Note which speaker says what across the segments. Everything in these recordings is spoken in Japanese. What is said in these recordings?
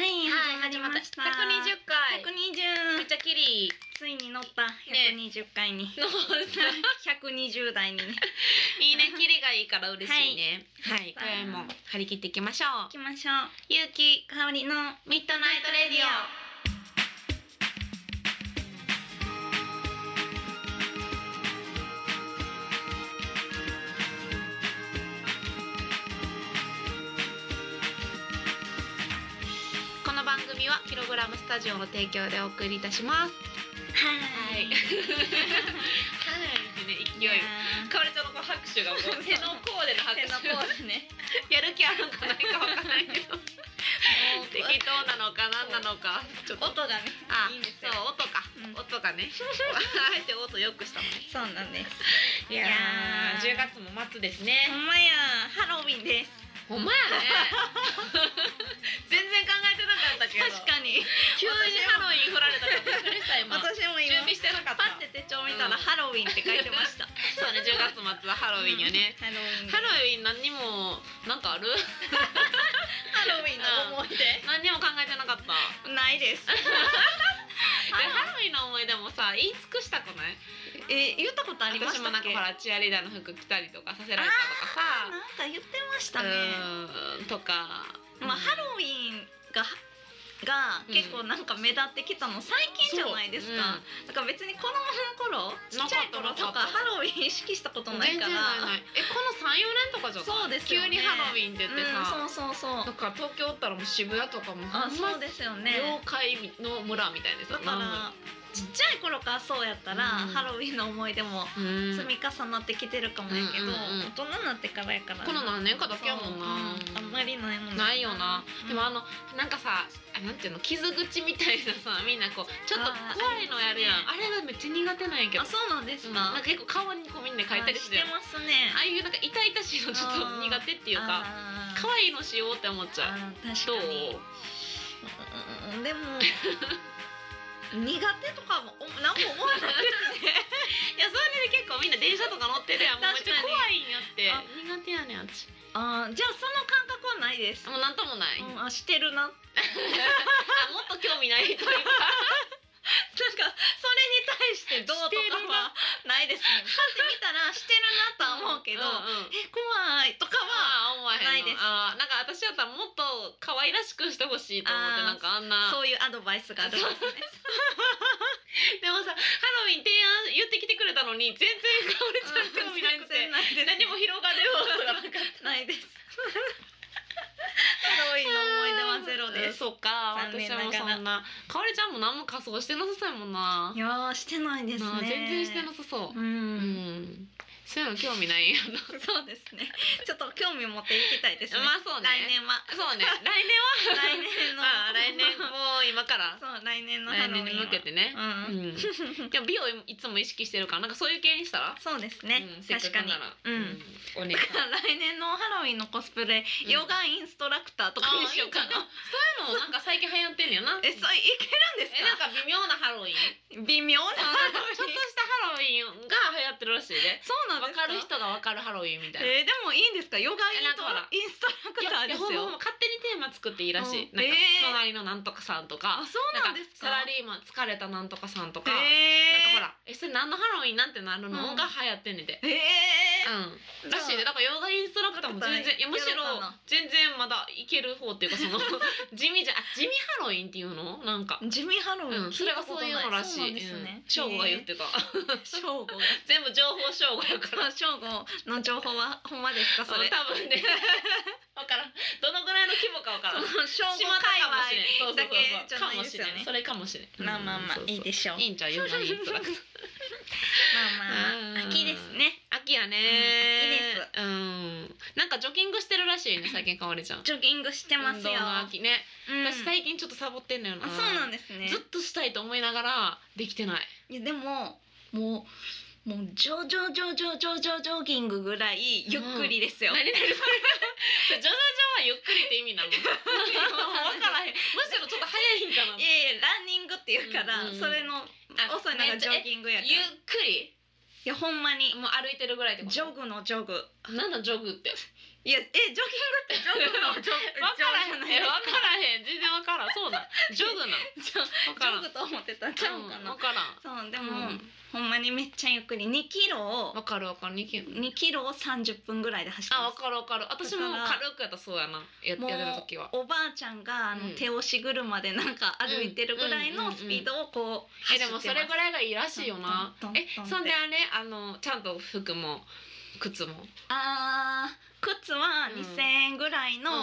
Speaker 1: なりました。
Speaker 2: 百二十回。
Speaker 1: 百
Speaker 2: め
Speaker 1: 二十。
Speaker 2: っちゃキリ
Speaker 1: ついに乗った百二十回に。
Speaker 2: の
Speaker 1: 百二十代にね。
Speaker 2: いいねキリがいいから嬉しいね。はいい、今宵も張り切っていきましょ
Speaker 1: 行
Speaker 2: う。
Speaker 1: きましょう。
Speaker 2: ゆうき
Speaker 1: 香りの
Speaker 2: ミッドナイトレディオ。この番組はキログラムスタジオの提供でお送りいたします。
Speaker 1: は
Speaker 2: はいい。はい。ね、勢い。かおりちゃんのこう拍手がもう手の甲での拍
Speaker 1: 手の
Speaker 2: 手。
Speaker 1: ポーズね。
Speaker 2: やる気あるんかないかわからないけ ど。適当なのか何なのか。ちょっと。
Speaker 1: 音がね。
Speaker 2: あ、
Speaker 1: いいんですよ。
Speaker 2: そう音か、
Speaker 1: うん
Speaker 2: 音が ね。あえて音良くしたのね。
Speaker 1: そうなんです。
Speaker 2: い
Speaker 1: やー
Speaker 2: 10月も末です
Speaker 1: ほ
Speaker 2: ね。
Speaker 1: んまや、ハロウィンです。
Speaker 2: ほん まやね。全然考えてなかったけど。
Speaker 1: 確かに。
Speaker 2: 急にハロウィン振られたからびっくりした今。
Speaker 1: 私も
Speaker 2: 準
Speaker 1: 今。
Speaker 2: 備してなかっ
Speaker 1: パ
Speaker 2: た
Speaker 1: っ。て手帳見たら、ハロウィンって書いてました。
Speaker 2: そうね、10月末はハロウィンよね。
Speaker 1: うん。ハロウィン。
Speaker 2: ハロウィン何にもなんか ある
Speaker 1: ハロウィンの思い出。
Speaker 2: 何にも考えてなかったえ
Speaker 1: ないです。
Speaker 2: ハロウィンの思い出もさ言い尽くしたくない
Speaker 1: え、言ったことありまし
Speaker 2: 私
Speaker 1: た
Speaker 2: も
Speaker 1: っ
Speaker 2: なんか
Speaker 1: け。
Speaker 2: ほらチアリーダーの服着たりとかさせられたとかさ
Speaker 1: なんか言ってましたね。
Speaker 2: うーんとか
Speaker 1: まあ、ハロウィンが。が
Speaker 2: うん
Speaker 1: 結構なんか目立ってきたの最近じゃないですか、だから別に子供の頃ちっちゃい頃と
Speaker 2: なかったなか
Speaker 1: か
Speaker 2: った
Speaker 1: ハロウィン意識したことない
Speaker 2: 全然
Speaker 1: から
Speaker 2: ないないえこの34年とかじゃない
Speaker 1: そうですよね
Speaker 2: 急にハロウィンって言ってさ、
Speaker 1: うん、そうそうそう
Speaker 2: だから東京おったらもう渋谷とかも
Speaker 1: あそう
Speaker 2: で
Speaker 1: ですよね
Speaker 2: 妖怪の村みたいな
Speaker 1: だ
Speaker 2: さ
Speaker 1: からちっちゃい頃からそうやったら、
Speaker 2: うん
Speaker 1: ハロウィンの思い出も
Speaker 2: うん
Speaker 1: 積み重なってきてるかもやけど、
Speaker 2: うんうんうん
Speaker 1: 大人になってからやから
Speaker 2: この何年かだけやもんな、
Speaker 1: そううんあんまりないもん
Speaker 2: ないよな、
Speaker 1: うん
Speaker 2: でもあのなんかさあなんていうの傷口みたいなさ みんなこうちょっと怖いのやるやん
Speaker 1: あ
Speaker 2: あれがめっちゃ苦手なんやけど
Speaker 1: あそうなんです
Speaker 2: うん
Speaker 1: か、
Speaker 2: なんか結構顔にこうみんな書いたりして
Speaker 1: あしてますね
Speaker 2: ああいうなんか痛々しいのちょっと苦手っていうか
Speaker 1: あー
Speaker 2: 可愛いのしようって思っちゃう
Speaker 1: あー確
Speaker 2: どう
Speaker 1: かにうん でも苦手とかもお何も思わない
Speaker 2: いやそれで結構みんな電車とか乗ってるやんもうめっちゃ
Speaker 1: 確かに
Speaker 2: 怖いんやって
Speaker 1: あ
Speaker 2: 苦手やねん私
Speaker 1: あーじゃあその感覚はないです、
Speaker 2: もうなんともない、
Speaker 1: うん、あしてるな
Speaker 2: あもっと興味ないというか
Speaker 1: なんかそれに対してどうとかはないですね。パって見たらしてるなとは思うけど、
Speaker 2: んん
Speaker 1: え怖いとかは
Speaker 2: ああ思わへんの
Speaker 1: ないです
Speaker 2: あーなんか私だったらもっと可愛らしくしてほしいと思っ
Speaker 1: あ
Speaker 2: て
Speaker 1: ー
Speaker 2: なんかあんな
Speaker 1: そういうアドバイスがあるんですね。
Speaker 2: でもさハロウィン提案言ってきてくれたのに全然かおりちゃん興味なくて
Speaker 1: 全然ないです。
Speaker 2: 何も広がるようなかった
Speaker 1: ないです。ハロウィンの思い出はゼロです。
Speaker 2: そうか
Speaker 1: 残念
Speaker 2: 私
Speaker 1: な
Speaker 2: は
Speaker 1: がら
Speaker 2: もうそんなかおりちゃんも何も仮装してなさそうやもんない
Speaker 1: やーしてないですね。
Speaker 2: なあ。全然してなさそうううんんそういうの興味ないんやな
Speaker 1: そうですね。ちょっと興味持っていきたいですね。
Speaker 2: まあそうね
Speaker 1: 来年は
Speaker 2: そうね来年
Speaker 1: 来
Speaker 2: は
Speaker 1: 年の
Speaker 2: まあ来年もう今から
Speaker 1: そう来年のハ
Speaker 2: 来
Speaker 1: ロウィンは
Speaker 2: 年に向けてね
Speaker 1: うん
Speaker 2: うんでも美をいつも意識してるからなんかそういう系にしたら
Speaker 1: そうですね
Speaker 2: うん、せっ
Speaker 1: 確
Speaker 2: か
Speaker 1: か
Speaker 2: く
Speaker 1: に
Speaker 2: なら
Speaker 1: うん
Speaker 2: お姉
Speaker 1: だ
Speaker 2: さ
Speaker 1: か
Speaker 2: ん
Speaker 1: ら来年のハロウィンのコスプレ、
Speaker 2: うん
Speaker 1: ヨガインストラクターとかにしようか
Speaker 2: あいいか
Speaker 1: な。
Speaker 2: そういうのなんか最近流行ってんのよな
Speaker 1: え、それいけるんです
Speaker 2: えなん
Speaker 1: か？
Speaker 2: か微妙なハロウィンち
Speaker 1: 微妙なハロウ
Speaker 2: ょっと
Speaker 1: ィン。
Speaker 2: したハロウィンが流行ってるらしいで
Speaker 1: そうなん
Speaker 2: わ
Speaker 1: です
Speaker 2: か
Speaker 1: か？
Speaker 2: る人がわかるハロウィンみたいな。
Speaker 1: えー、でもいいんですか？ヨガインスト
Speaker 2: えなん
Speaker 1: ラ
Speaker 2: かほら
Speaker 1: インストラク
Speaker 2: い
Speaker 1: タ
Speaker 2: や
Speaker 1: ー
Speaker 2: い
Speaker 1: で
Speaker 2: や
Speaker 1: す
Speaker 2: ほんまほ
Speaker 1: よ。
Speaker 2: んま勝手にテーマ作っていいらしい、
Speaker 1: うん
Speaker 2: なんか、
Speaker 1: えー
Speaker 2: 隣のなんとかさんと
Speaker 1: あ、
Speaker 2: か
Speaker 1: そうなんですか
Speaker 2: サ？ラリーマン疲れたなんとかさんとか、
Speaker 1: えー、
Speaker 2: なんかほらえそれ何のハロウィンなんてなるの、
Speaker 1: うん
Speaker 2: が流行ってんねんて、
Speaker 1: え
Speaker 2: うん、
Speaker 1: じゃ
Speaker 2: ら
Speaker 1: あ
Speaker 2: しいでだからヨガインストラクターも全然いやむしろ
Speaker 1: やろうかな
Speaker 2: 全然まだいける方っていうかそ の地味じゃあ地味ハロウィンっていうのなんか
Speaker 1: ー、地味ハロウィン、
Speaker 2: うん、それがそういうのらしい。
Speaker 1: 聞たことない
Speaker 2: しょ
Speaker 1: そううなんです
Speaker 2: ご
Speaker 1: ね。
Speaker 2: が言ってた。
Speaker 1: えー。正午が。
Speaker 2: 全部情報しょうごやから。
Speaker 1: 正午の情報はほんまですか
Speaker 2: そ
Speaker 1: それ
Speaker 2: れ？多分ね。 わからん。どのぐらいの規模かわからん。
Speaker 1: 正午
Speaker 2: 島田かもしれん。
Speaker 1: だけじ
Speaker 2: そうそう
Speaker 1: ゃないですよね
Speaker 2: そうかもしれん。それかもしれん。
Speaker 1: まあまあまあ、
Speaker 2: うん
Speaker 1: いいでしょう。
Speaker 2: いいんちゃうよ。何言ったら
Speaker 1: まあまあ
Speaker 2: うん
Speaker 1: 秋ですね。
Speaker 2: 秋やね。うん。なんかジョギングしてるらしいね。最近かわりちゃん。
Speaker 1: ジョギングしてますよ
Speaker 2: 運動。の秋ね。
Speaker 1: うん
Speaker 2: 私最近ちょっとサボってんのよな。
Speaker 1: あそうなん
Speaker 2: で
Speaker 1: ですね
Speaker 2: ずっ。としたいと思いながらできてない。
Speaker 1: いやでももうもうジョジョジョジョジョジョジョギングぐらいゆっくりですよ。
Speaker 2: 何 々それ。ジョジョジョはゆっくりって意味な の。分からへん。むしろちょっと早いんかな。
Speaker 1: いやいやランニングっていうから、
Speaker 2: うんうん
Speaker 1: それの遅いのがジョギングやから。
Speaker 2: ゆっくり。
Speaker 1: いやほんまに
Speaker 2: もう歩いてるぐらいってこ
Speaker 1: ジョ
Speaker 2: と
Speaker 1: グのジョグ
Speaker 2: なんだジョグって
Speaker 1: いやえジョギングってジョグ のジョ
Speaker 2: 分からへん
Speaker 1: ジョグ
Speaker 2: え
Speaker 1: じゃ
Speaker 2: 分
Speaker 1: ない
Speaker 2: からへん全然分からんそうだジョグなの
Speaker 1: ジョ
Speaker 2: 分からん
Speaker 1: ジョグと思ってたんちゃうんかな、
Speaker 2: 分から
Speaker 1: そうでも、
Speaker 2: んうん
Speaker 1: ほんまにめっちゃゆっくり2キロを
Speaker 2: 分かる分かる2キロ
Speaker 1: 2キロを30分ぐらいで走って
Speaker 2: あ
Speaker 1: ま
Speaker 2: 分かる分かる私も軽くやったらそうやなややっ
Speaker 1: もう
Speaker 2: てた時は
Speaker 1: すおばあちゃんがあの、
Speaker 2: うん
Speaker 1: 手押し車でなんか歩いてるぐらいのスピードをこう走っ
Speaker 2: え
Speaker 1: て
Speaker 2: で
Speaker 1: ま
Speaker 2: も
Speaker 1: す、
Speaker 2: それぐらいがいいらしいよな
Speaker 1: どんどん
Speaker 2: え
Speaker 1: どんどん
Speaker 2: そんであれあのちゃんと服も靴も
Speaker 1: あー靴は
Speaker 2: うん
Speaker 1: 2,000円ぐらいの,、あ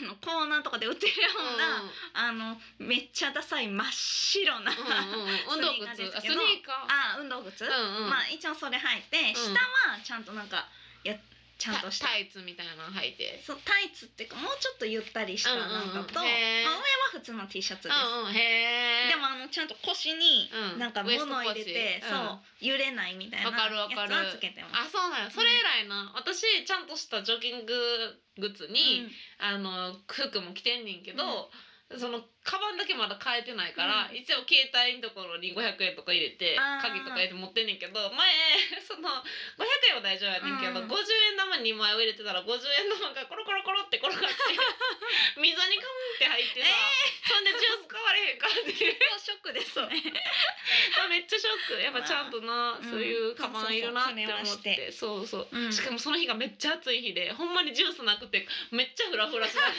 Speaker 2: うん
Speaker 1: のコーナーとかで売ってるような、あのめっちゃダサい真っ白な、
Speaker 2: うんうんうん運動
Speaker 1: スニーカー
Speaker 2: 靴
Speaker 1: です
Speaker 2: あス
Speaker 1: けど
Speaker 2: ニーカー
Speaker 1: あー運動靴、
Speaker 2: うんうん
Speaker 1: まあ一応それ履いて、
Speaker 2: うん
Speaker 1: 下はちゃんとなんかやちゃんとした
Speaker 2: タタイツみたいなの履いて
Speaker 1: そうタイツっていうかもうちょっとゆったりしたなんかと、
Speaker 2: うんうんうんへー
Speaker 1: まあ、上は普通の T シャツです、
Speaker 2: うんうんへえ
Speaker 1: でもあのちゃんと腰に
Speaker 2: うん
Speaker 1: なんか
Speaker 2: ウエスト
Speaker 1: 物入れて、
Speaker 2: ポーチ
Speaker 1: そう揺れないみたいな
Speaker 2: わかるわか
Speaker 1: や
Speaker 2: る
Speaker 1: つはつけてます。
Speaker 2: あそうなんやそれ偉いな、私ちゃんとしたジョギング靴に、あの服も着てんねんけど、そのカバンだけまだ変えてないから、
Speaker 1: うん
Speaker 2: 一応携帯のところに500円とか入れて
Speaker 1: あー
Speaker 2: 鍵とか入れて持ってんねんけど前 その500円は大丈夫やねんけど、
Speaker 1: うん
Speaker 2: 50円玉2枚を入れてたら50円玉がコロコロコロって転 がって溝にカムって入ってさ、
Speaker 1: え
Speaker 2: そんでジュース買われへんかって い
Speaker 1: う
Speaker 2: う
Speaker 1: んショックですね。
Speaker 2: あめっちゃショックやっぱちゃんとな、
Speaker 1: うん
Speaker 2: そういうカバンいるなって思ってそうそう
Speaker 1: うん
Speaker 2: しかもその日がめっちゃ暑い日でほんまにジュースなくてめっちゃフラフラしながら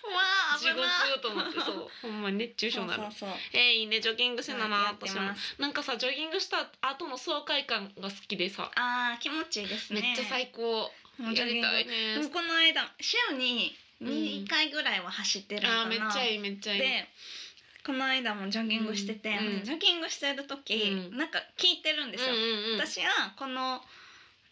Speaker 1: 怖い
Speaker 2: 地
Speaker 1: 危
Speaker 2: 獄
Speaker 1: な
Speaker 2: と思っ てそうほんまに熱中症になる
Speaker 1: そうそうそう。
Speaker 2: えーいいねジョギングせな
Speaker 1: はい
Speaker 2: な
Speaker 1: やって
Speaker 2: 私も
Speaker 1: ます
Speaker 2: なんかさジョギングした後の爽快感が好きでさ
Speaker 1: ああ気持ちいいです
Speaker 2: め
Speaker 1: ね。
Speaker 2: っちゃ最高、
Speaker 1: もうジ
Speaker 2: や
Speaker 1: ョギ
Speaker 2: り
Speaker 1: ング
Speaker 2: たい
Speaker 1: でも
Speaker 2: ね
Speaker 1: この間週に二回ぐらいは走ってるのかな。
Speaker 2: あーめっちゃいいめっちゃいい
Speaker 1: でこの間もジョギングしてて、
Speaker 2: うんうん
Speaker 1: ジョギングしてる時、
Speaker 2: うん
Speaker 1: なんか聞いてるんですよ。
Speaker 2: うんうんうん
Speaker 1: 私はこの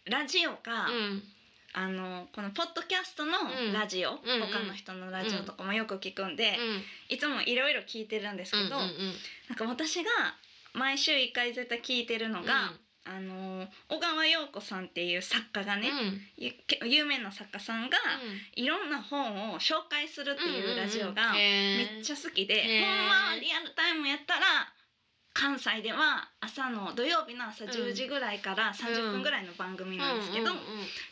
Speaker 1: ラジオか、
Speaker 2: うん
Speaker 1: あのこのポッドキャストのラジオ、
Speaker 2: んうん
Speaker 1: 他の人のラジオとかもよく聞くんで、
Speaker 2: うん
Speaker 1: いつもいろいろ聞いてるんですけ
Speaker 2: うん
Speaker 1: ど、
Speaker 2: うん
Speaker 1: なんか私が毎週1回絶対聞いてるの
Speaker 2: うん
Speaker 1: が、あの小川陽子さんっていう作家が
Speaker 2: うん
Speaker 1: ね、ゆけ有名な作家さんが、いろんな本を紹介するっていうラジオがめっちゃ
Speaker 2: ゃ
Speaker 1: 好きで、
Speaker 2: へー
Speaker 1: ほんまはリアルタイムやったら関西では朝の土曜日の朝10時ぐらいから30分ぐらいの番組なんですけど、
Speaker 2: うんうんうん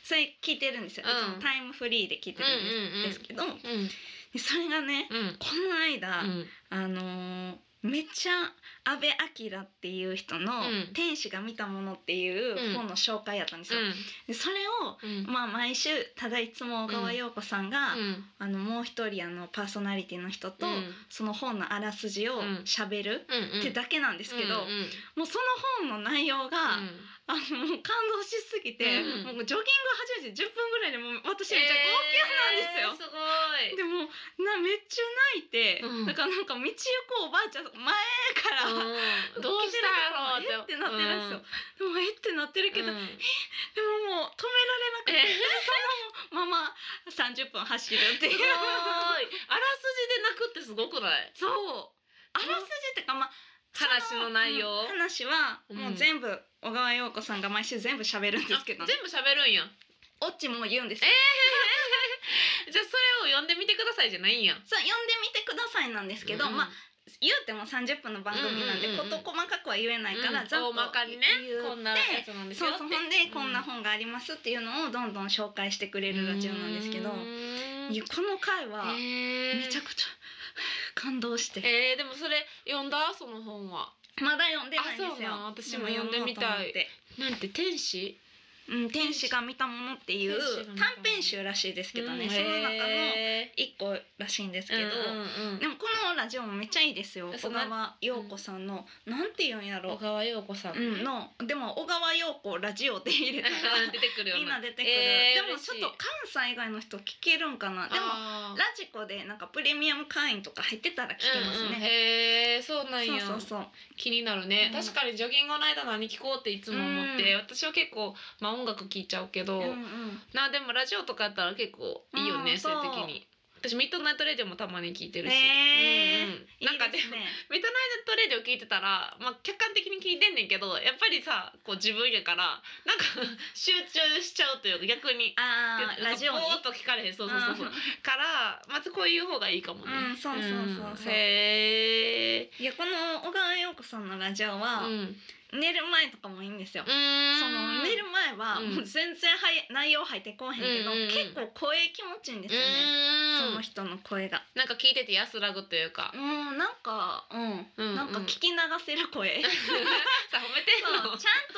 Speaker 1: それ聞いてるんですよ、
Speaker 2: う
Speaker 1: い
Speaker 2: ん
Speaker 1: つもタイムフリーで聞いてるんです,、けどで
Speaker 2: うん
Speaker 1: それがね
Speaker 2: うん
Speaker 1: この間、
Speaker 2: うん
Speaker 1: あのーめっちゃ阿部明っていう人の
Speaker 2: う
Speaker 1: 「
Speaker 2: ん
Speaker 1: 天使が見たもの」って
Speaker 2: う
Speaker 1: い
Speaker 2: ん
Speaker 1: う本の紹介やったんですよ。でそれを
Speaker 2: うんうん
Speaker 1: まあ毎週ただいつも小川陽子さんが、あのもう一人あのパーソナリティの人と、
Speaker 2: うん
Speaker 1: その本のあらすじを
Speaker 2: うん
Speaker 1: 喋る
Speaker 2: うん
Speaker 1: ってだけなんですけど、
Speaker 2: うんうん
Speaker 1: もうその本の内容が、あのもう感動しすぎて、
Speaker 2: うん
Speaker 1: もうジョギング始めて10分ぐらいでもう私めっちゃ号泣なんですよ。
Speaker 2: すごい
Speaker 1: でもなめっちゃ泣いて、
Speaker 2: うん
Speaker 1: だからなんか道行こうおばあちゃん前から、
Speaker 2: うんどうしたんやろ
Speaker 1: え
Speaker 2: う
Speaker 1: ってなってるんですよ、でもえってなってるけど、
Speaker 2: うんうん
Speaker 1: でももう止められなくて、そのまま30分走るっていう
Speaker 2: すごいあらすじで泣くってすごくない
Speaker 1: そうあらすじってかまあ
Speaker 2: 話の内容
Speaker 1: うん話はもう全部小川陽子さんが毎週全部喋るんですけど、
Speaker 2: あ全部喋るんや
Speaker 1: オッチも言うんですよ、
Speaker 2: じゃあそれを読んでみてくださいじゃないんや
Speaker 1: そう呼んでみてくださいなんですけど、
Speaker 2: うん
Speaker 1: まあ言うても30分の番組なんで、
Speaker 2: うんうんうんうん
Speaker 1: こと細かくは言えないから、
Speaker 2: うん
Speaker 1: ざっと
Speaker 2: 大まかにね
Speaker 1: 言って
Speaker 2: こんなやつなんです
Speaker 1: そう
Speaker 2: よって
Speaker 1: そうほんでこんな本がありますっていうのをどんどん紹介してくれるラジオなんですけど、
Speaker 2: うーん
Speaker 1: いやこの回は
Speaker 2: へー
Speaker 1: めちゃくちゃ感動して、
Speaker 2: えーでもそれ読んだその本は
Speaker 1: まだ読んでないんで
Speaker 2: あ
Speaker 1: す
Speaker 2: そう
Speaker 1: よ
Speaker 2: なん私も読んでみたい
Speaker 1: も読もうと思って
Speaker 2: なんて天使
Speaker 1: うん、天使が見たものっていう
Speaker 2: 天使が見たも
Speaker 1: 短
Speaker 2: の
Speaker 1: 編集らしいですけどね、その中の
Speaker 2: へ
Speaker 1: 一個らしいんです
Speaker 2: ー
Speaker 1: けど、
Speaker 2: うんうんうん
Speaker 1: でもこのラジオもめっちゃいいですよ
Speaker 2: そ
Speaker 1: 小
Speaker 2: うな
Speaker 1: 川陽子さんの、なんて言うんやろ
Speaker 2: 小川陽子さん、
Speaker 1: う、うん、のでも小川陽子ラジオって入れたら
Speaker 2: 出てくるよ
Speaker 1: みんな出てくる、
Speaker 2: えー
Speaker 1: でも
Speaker 2: 嬉
Speaker 1: ち
Speaker 2: し
Speaker 1: ょっ
Speaker 2: い
Speaker 1: と関西以外の人聞けるんかなでも
Speaker 2: あー
Speaker 1: ラジコでなんかプレミアム会員とか入ってたら聞けます
Speaker 2: うんうん、
Speaker 1: ね、
Speaker 2: へえそうなんや
Speaker 1: そうそうそう
Speaker 2: 気になるね、
Speaker 1: うん
Speaker 2: 確かにジョギングの間何聞こうっていつも思って、
Speaker 1: うん
Speaker 2: 私は結構まあ音楽聞いちゃうけど、
Speaker 1: うんうん
Speaker 2: なでもラジオとかやったら結構いいよね、
Speaker 1: うん
Speaker 2: そういう時に私ミッドナイトレディオもたまに聞いてるし、
Speaker 1: へー
Speaker 2: うんうん
Speaker 1: いい
Speaker 2: なんか
Speaker 1: で
Speaker 2: ですも
Speaker 1: ね
Speaker 2: ミッドナイトレディオ聞いてたら、まあ、客観的に聞いてんねんけどやっぱりさこう自分やからなんか 集中しちゃうというか逆に
Speaker 1: あーラジオに
Speaker 2: ぼーっと聞かれへんそうそうそうそう
Speaker 1: うん
Speaker 2: からまずこういう方がいいかもね。
Speaker 1: うんそうそうそうそうん
Speaker 2: へえ。
Speaker 1: いやこの小川陽子さんのラジオは、
Speaker 2: うん
Speaker 1: 寝る前とかもいいんですよ
Speaker 2: う。ーん
Speaker 1: その寝る前は
Speaker 2: うん
Speaker 1: もう全然はや内容入ってこうへんけど、
Speaker 2: うんうんうん
Speaker 1: 結構声気持ちいいんですよね、その
Speaker 2: うーん
Speaker 1: 人の声が。
Speaker 2: なんか聞いてて安らぐというか
Speaker 1: うん、なんか、うん、
Speaker 2: うん
Speaker 1: なんか聞き流せる声。 そう
Speaker 2: さ褒めて
Speaker 1: ちゃ
Speaker 2: んの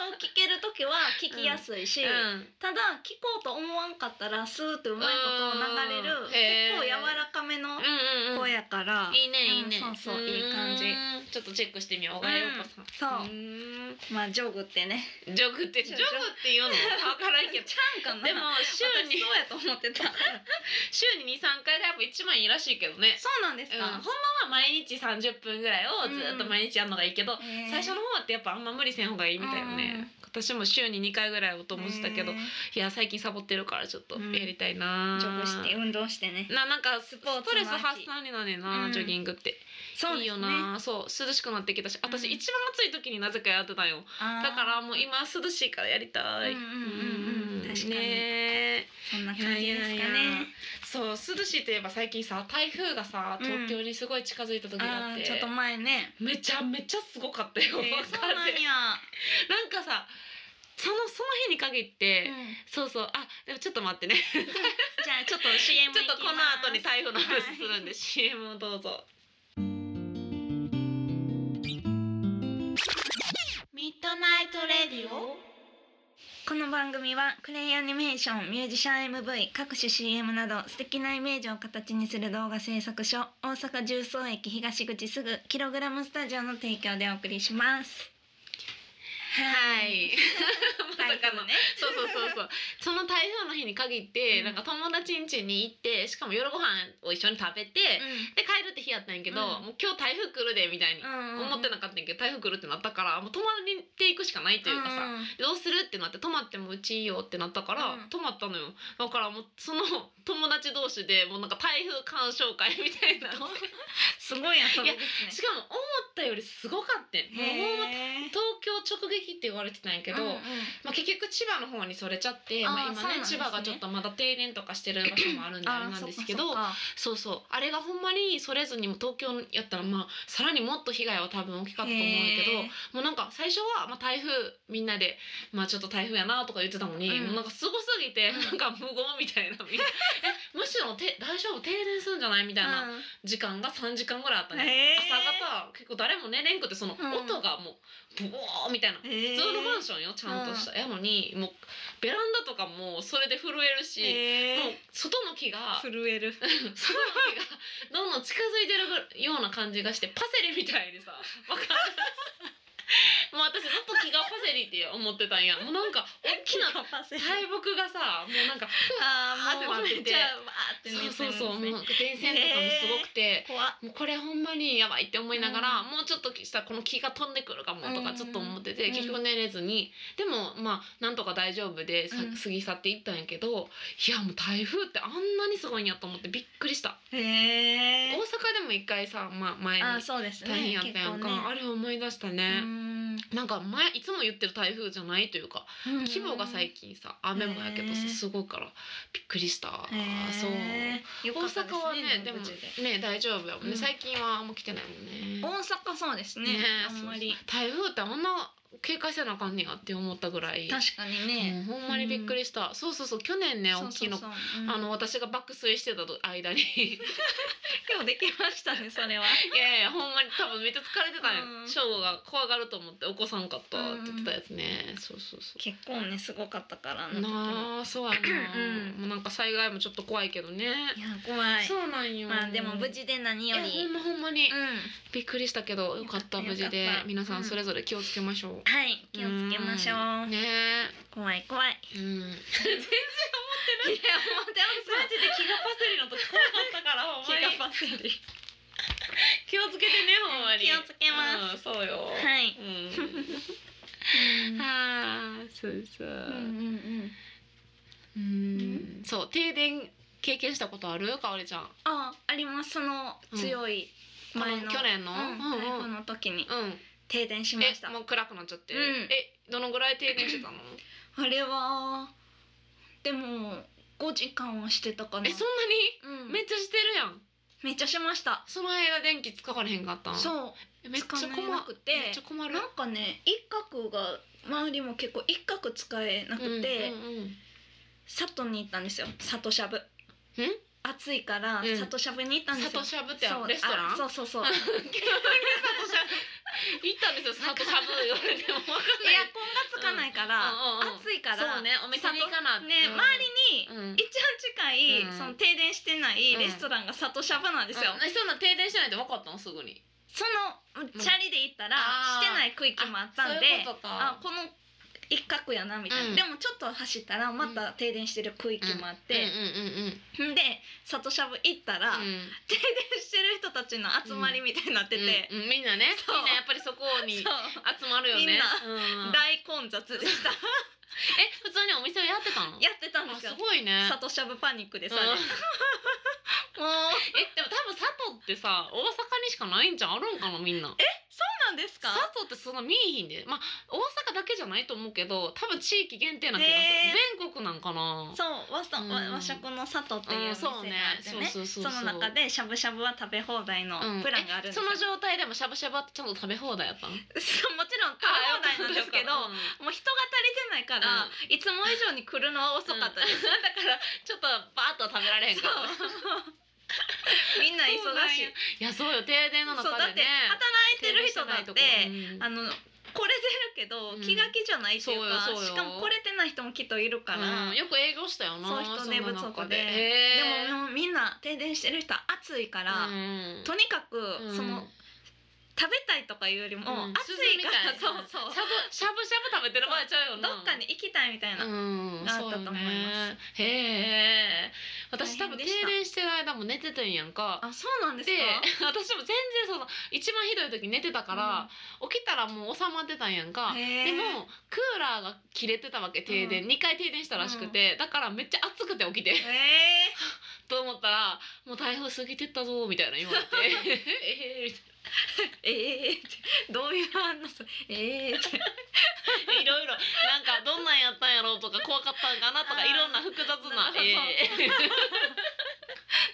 Speaker 1: んと聞けるときは聞きやすいし、
Speaker 2: うん
Speaker 1: ただ聞こうと思わんかったらスーッとうまいこと流れる
Speaker 2: うんへー
Speaker 1: 結構柔らかめの
Speaker 2: うんうんうん
Speaker 1: 声やから、
Speaker 2: いいねいいね、
Speaker 1: うんそうそういい感じ
Speaker 2: うんちょっとチェックしてみよう小川陽子さん
Speaker 1: うんそう
Speaker 2: ーん
Speaker 1: まあジョグってね。
Speaker 2: ジョグってジョグって いうのわからんけど
Speaker 1: ちゃうんかな。
Speaker 2: でも週に
Speaker 1: 私そうやと思ってた。
Speaker 2: 週に23回がやっぱ一番いいらしいけどね
Speaker 1: そうなんです
Speaker 2: うん、ほ
Speaker 1: か。
Speaker 2: んまは毎日30分ぐらいをずっと毎日やるのがいいけど、
Speaker 1: へー
Speaker 2: 最初の方ってやっぱあんま無理せん方がいいみたいよね、
Speaker 1: うん
Speaker 2: 私も週に2回ぐらいおと思ってたけど、
Speaker 1: ね
Speaker 2: いや最近サボってるからちょっと
Speaker 1: うん
Speaker 2: やりたいな、
Speaker 1: ジョグして運動してね。
Speaker 2: ななんかス
Speaker 1: ポーツの秋
Speaker 2: ストレス発散になるねんな、
Speaker 1: うん
Speaker 2: ジョギングって
Speaker 1: そう
Speaker 2: い
Speaker 1: です
Speaker 2: いよ
Speaker 1: ね。
Speaker 2: なそう涼しくなってきたし私
Speaker 1: うん
Speaker 2: 一番暑い時になぜかやってたよ、
Speaker 1: あー
Speaker 2: だからもう今涼しいからやりたい、
Speaker 1: うんうんうんうん
Speaker 2: うん
Speaker 1: 確かに
Speaker 2: ねえ
Speaker 1: そんな感じですかね。
Speaker 2: いやいやいやそう涼しいといえば最近さ台風がさ
Speaker 1: うん
Speaker 2: 東京にすごい近づいた時があ
Speaker 1: あ
Speaker 2: って、
Speaker 1: ーちょっと前ね。
Speaker 2: めちゃめちゃすごかった
Speaker 1: え
Speaker 2: よ、
Speaker 1: ー、そ
Speaker 2: 風
Speaker 1: うなんや。
Speaker 2: なんかさそのその日に限って、
Speaker 1: うん
Speaker 2: そうそうあでもちょっと 待ってねちょっ
Speaker 1: じゃあちょっと CM
Speaker 2: とこの後に
Speaker 1: 行きます
Speaker 2: 台風の話するんで、CM をどうぞ
Speaker 1: ミッドナイトレディオこの番組はクレイアニメーションミュージシャン MV 各種 CM など素敵なイメージを形にする動画制作所大阪重曹駅東口すぐキログラムスタジオの提供でお送りします
Speaker 2: はい まさ
Speaker 1: 台
Speaker 2: か
Speaker 1: 風
Speaker 2: の
Speaker 1: ね
Speaker 2: そうそうそうそうその台風の日に限って、
Speaker 1: うん
Speaker 2: なんか友達ん家に行ってしかも夜ご飯を一緒に食べて、で帰るって日やったんやけど、
Speaker 1: うん
Speaker 2: もう今日台風来るでみたいに
Speaker 1: うん
Speaker 2: 思ってなかったんやけど台風来るってなったからもう泊まりに行っていくしかないというかさ、
Speaker 1: ん
Speaker 2: どうするってなって泊まってもうちいいよってなったから、
Speaker 1: うん
Speaker 2: 泊まったのよだからもうその 友達同士でもうなんか台風鑑賞会みたいな
Speaker 1: どうすごい遊びです
Speaker 2: し
Speaker 1: ね
Speaker 2: かも思ったよりすごかったもうほんま
Speaker 1: へー
Speaker 2: 東京直撃って言われてたんやけど、
Speaker 1: うんうん
Speaker 2: まあ、結局千葉の方にそれちゃって
Speaker 1: あー
Speaker 2: まあ、今
Speaker 1: そうなん
Speaker 2: ね
Speaker 1: ですね
Speaker 2: 千葉がちょっとまだ停電とかしてる場所もあ るんであれなんですけ
Speaker 1: あー
Speaker 2: ど
Speaker 1: そっか
Speaker 2: そうそうあれがほんまにそれずにも東京やったらまあさらにもっと被害は多分大きか
Speaker 1: そっか
Speaker 2: ったと思うんやけ
Speaker 1: へー
Speaker 2: どもうなんか最初はまあ台風みんなでまあちょっと台風やなとか言ってたのに、
Speaker 1: うん
Speaker 2: もうなんかすごすぎて
Speaker 1: う
Speaker 2: なんんか無言みたいなみんな えむしろて大丈夫停電するんじゃないみたいな
Speaker 1: うん
Speaker 2: 時間が3時間ぐらいあった
Speaker 1: へ
Speaker 2: ね、
Speaker 1: ー
Speaker 2: 朝方結構誰も寝れんくてその
Speaker 1: うん
Speaker 2: 音がもうブオーみたいな。
Speaker 1: へ
Speaker 2: 普
Speaker 1: ー
Speaker 2: 通のマンションよちゃんとした、やのにもうベランダとかもそれで震えるし、
Speaker 1: へー
Speaker 2: もう外の木が
Speaker 1: 震える
Speaker 2: その木がどんどん近づいてるような感じがしてパセリみたい にさわかるもう私ずっと気がパセリって思ってたんやもうなんか大き な
Speaker 1: パセリ
Speaker 2: 大木がさもうなんか
Speaker 1: あーもう
Speaker 2: あーってなって
Speaker 1: じ
Speaker 2: て
Speaker 1: ゃあわーって
Speaker 2: そう
Speaker 1: ね
Speaker 2: そうそう
Speaker 1: すい
Speaker 2: も
Speaker 1: ま
Speaker 2: う電線とかもすごくて。
Speaker 1: せん怖っ
Speaker 2: もうこれほんまにやばいって思いながら、
Speaker 1: うん
Speaker 2: もうちょっとしたらこの木が飛んでくるかもと
Speaker 1: う
Speaker 2: か
Speaker 1: ん
Speaker 2: ちょっと思ってて、
Speaker 1: うん
Speaker 2: 結局寝れずにでもまあなんとか大丈夫でさ
Speaker 1: うん
Speaker 2: 過ぎ去っていったんやけど、いやもう台風ってあんなにすごいんやと思ってびっくりした
Speaker 1: へえ。
Speaker 2: 大阪でも一回さ、まあ、前に
Speaker 1: あー、そうですね。
Speaker 2: 大変やったやん
Speaker 1: 結
Speaker 2: か、
Speaker 1: 構ね
Speaker 2: あれ思い出した
Speaker 1: う
Speaker 2: ね、
Speaker 1: ん
Speaker 2: なんか前いつも言ってる台風じゃないというか規模が最近さ雨もやけど
Speaker 1: へ
Speaker 2: さ
Speaker 1: ー
Speaker 2: すごいからびっくりした、
Speaker 1: へー
Speaker 2: そう
Speaker 1: よ
Speaker 2: 大
Speaker 1: かった
Speaker 2: 阪はねでも
Speaker 1: 無事
Speaker 2: ね大丈夫やもんね、
Speaker 1: うん
Speaker 2: 最近はあんま来てないもんね
Speaker 1: 大阪そうですね。あんまり
Speaker 2: そう台風ってあんな警戒せなあかんねやって思ったぐらい
Speaker 1: 確かにね。
Speaker 2: もうほんまにびっくりした、そうそうそう去年ね
Speaker 1: そう
Speaker 2: 大きいの
Speaker 1: そうそううん
Speaker 2: あの私が爆睡してた間にい
Speaker 1: 今日できましたねそれは。
Speaker 2: やいやほんまに多分めっちゃ疲れてたん
Speaker 1: う
Speaker 2: よ
Speaker 1: ん
Speaker 2: 翔吾、が怖がると思って起こさんかったって言ってたやつね、そうそうそう
Speaker 1: 結構ねすごかったからあの時も
Speaker 2: なあそうやな、
Speaker 1: うん
Speaker 2: もうなんか災害もちょっと怖いけどね、
Speaker 1: いや怖い。
Speaker 2: そうなんよ
Speaker 1: まあでも無事で何
Speaker 2: い
Speaker 1: よ
Speaker 2: や
Speaker 1: り。
Speaker 2: ほ
Speaker 1: うんん。
Speaker 2: まほんまにびっくりしたけどよかった
Speaker 1: よかった
Speaker 2: 無事で
Speaker 1: よかった
Speaker 2: 皆さんそれぞれ気をつけましょう、
Speaker 1: はい気をつけましょう。
Speaker 2: んね
Speaker 1: 怖い怖い。
Speaker 2: えうん
Speaker 1: いやもうでも
Speaker 2: マジで気がパセリのと怖かったからほんまに
Speaker 1: 気がパセリ。
Speaker 2: 気をつけてねほんまに、
Speaker 1: 気をつけます
Speaker 2: うん、そうよ
Speaker 1: はい
Speaker 2: うんああそうそう、
Speaker 1: うんうんうん。
Speaker 2: うんそう停電経験したことあるかおりちゃん
Speaker 1: あありますその強い前
Speaker 2: こ
Speaker 1: の、
Speaker 2: の去年の
Speaker 1: う
Speaker 2: うん
Speaker 1: ん、台
Speaker 2: う
Speaker 1: 風
Speaker 2: ん
Speaker 1: の時に
Speaker 2: うん
Speaker 1: 停電しました
Speaker 2: えもう暗くなっちゃって、
Speaker 1: うん
Speaker 2: えどのぐらい停電してたの
Speaker 1: あれはでも5時間はしてたかな
Speaker 2: えそんなに
Speaker 1: うん、
Speaker 2: め
Speaker 1: め
Speaker 2: っちゃしてるやん
Speaker 1: めっちゃしました
Speaker 2: その間電気使われへんかったん
Speaker 1: そう
Speaker 2: めっちゃ
Speaker 1: 使
Speaker 2: 困
Speaker 1: えなくて
Speaker 2: めっちゃ困る
Speaker 1: なんかね一角が周りも結構一角使えなくて、
Speaker 2: うんうんうん
Speaker 1: 佐渡に行ったんですよ里しゃぶ暑いから
Speaker 2: うん
Speaker 1: 里しゃぶに行ったんですよ、
Speaker 2: 里しゃぶってあ
Speaker 1: そう
Speaker 2: のレスト
Speaker 1: あ
Speaker 2: ラン
Speaker 1: そうそうそうい
Speaker 2: あ
Speaker 1: や
Speaker 2: 急に里しゃぶ 行ったんですよ里しゃぶ言われても分かんな
Speaker 1: 根が
Speaker 2: い
Speaker 1: つかないから、
Speaker 2: うんうんうん
Speaker 1: 暑いから
Speaker 2: そうねお店に行かな
Speaker 1: ね、周りに
Speaker 2: りに、うん
Speaker 1: 一番近い、
Speaker 2: うん
Speaker 1: その停電してない
Speaker 2: うん
Speaker 1: レストランが里しゃぶなんですよ、
Speaker 2: うんそんな停電してないって分かったのすぐに
Speaker 1: そのチャリで行ったら、
Speaker 2: あー
Speaker 1: してない区域もあったんで
Speaker 2: そういうこと
Speaker 1: あ
Speaker 2: か
Speaker 1: この一角やなみたいな、
Speaker 2: うん
Speaker 1: でもちょっと走ったらまた停電してる区域もあって、
Speaker 2: うんうんうんうん
Speaker 1: んで里しゃぶ行ったら、停電してる人たちの集まりみたいになってて、
Speaker 2: うんうんみんなね
Speaker 1: そう
Speaker 2: みんなやっぱりそこに集
Speaker 1: そう
Speaker 2: まるよね
Speaker 1: みんな
Speaker 2: うんうん
Speaker 1: 大混雑で した
Speaker 2: え普通にお店をやってたの
Speaker 1: やってたんで
Speaker 2: あ
Speaker 1: すよ
Speaker 2: すごいね
Speaker 1: 里しゃぶパニックでさ、ね
Speaker 2: うん
Speaker 1: もう
Speaker 2: えでも多分佐藤ってさ大阪にしかないんじゃんあるんかなみんな
Speaker 1: そうなんですか
Speaker 2: 佐藤ってそんな見えひんでまあ大阪だけじゃないと思うけど多分地域限定な気が
Speaker 1: ね
Speaker 2: する、全国なんかな
Speaker 1: そう和さ、
Speaker 2: うん
Speaker 1: 和和食の佐藤っていうお
Speaker 2: うん
Speaker 1: 店があってね,、
Speaker 2: そうねそうそうそうそう
Speaker 1: の中でしゃぶしゃぶは食べ放題の
Speaker 2: うん
Speaker 1: プランがあるんです
Speaker 2: そ
Speaker 1: よ、
Speaker 2: の状態でもしゃぶしゃぶってちゃんと食べ放題やったの
Speaker 1: そうもちろん食べ放題なんですけど
Speaker 2: うん
Speaker 1: もう人が足りてないから、
Speaker 2: うん
Speaker 1: いつも以上に来るのは遅かったです、だ から
Speaker 2: ちょっとバーッとは食べられへん
Speaker 1: そ
Speaker 2: から
Speaker 1: う みんな忙しい
Speaker 2: いやそうよ停電の
Speaker 1: そう
Speaker 2: 中
Speaker 1: だって
Speaker 2: で
Speaker 1: 働
Speaker 2: ね
Speaker 1: いてる人だってあ
Speaker 2: の
Speaker 1: のこれてるけど
Speaker 2: うん
Speaker 1: 気が気じゃないっていうか、
Speaker 2: そうよそうよ
Speaker 1: しかもこれてない人もきっといるから、
Speaker 2: よく営業したよな
Speaker 1: そう人手不足
Speaker 2: そんな中
Speaker 1: で
Speaker 2: へー
Speaker 1: でももうみんな停電してる人は暑いから、
Speaker 2: うん
Speaker 1: とにかく、
Speaker 2: うん
Speaker 1: その食べたいとかいうよりも、
Speaker 2: うん
Speaker 1: 暑いから
Speaker 2: 鈴みたいな
Speaker 1: そうそう
Speaker 2: しゃぶしゃぶしゃぶ食べてる場合ちゃうよな
Speaker 1: どっかに行きたいみたいな、
Speaker 2: うん
Speaker 1: があったと思います
Speaker 2: そうよねへえ私多
Speaker 1: 大変
Speaker 2: 分
Speaker 1: で
Speaker 2: 停
Speaker 1: した
Speaker 2: 電してる間も寝ててんやんか
Speaker 1: あそうなんです
Speaker 2: で
Speaker 1: か
Speaker 2: 私も全然その一番ひどい時寝てたから、起きたらもう収まってたんやんか
Speaker 1: へー
Speaker 2: でもクーラーが切れてたわけ停電、
Speaker 1: う
Speaker 2: 2回停電したらしくて、だからめっちゃ暑くて起きて
Speaker 1: えー、
Speaker 2: と思ったらもう台風過ぎてったぞみたいな言われ てええみたい
Speaker 1: ええってどういう反応するええ って
Speaker 2: ないろいろなんかどんなんやったんやろうとか怖かったんかなと
Speaker 1: あ
Speaker 2: か
Speaker 1: ー
Speaker 2: いろんな複雑
Speaker 1: なるほ
Speaker 2: な
Speaker 1: ど
Speaker 2: ええ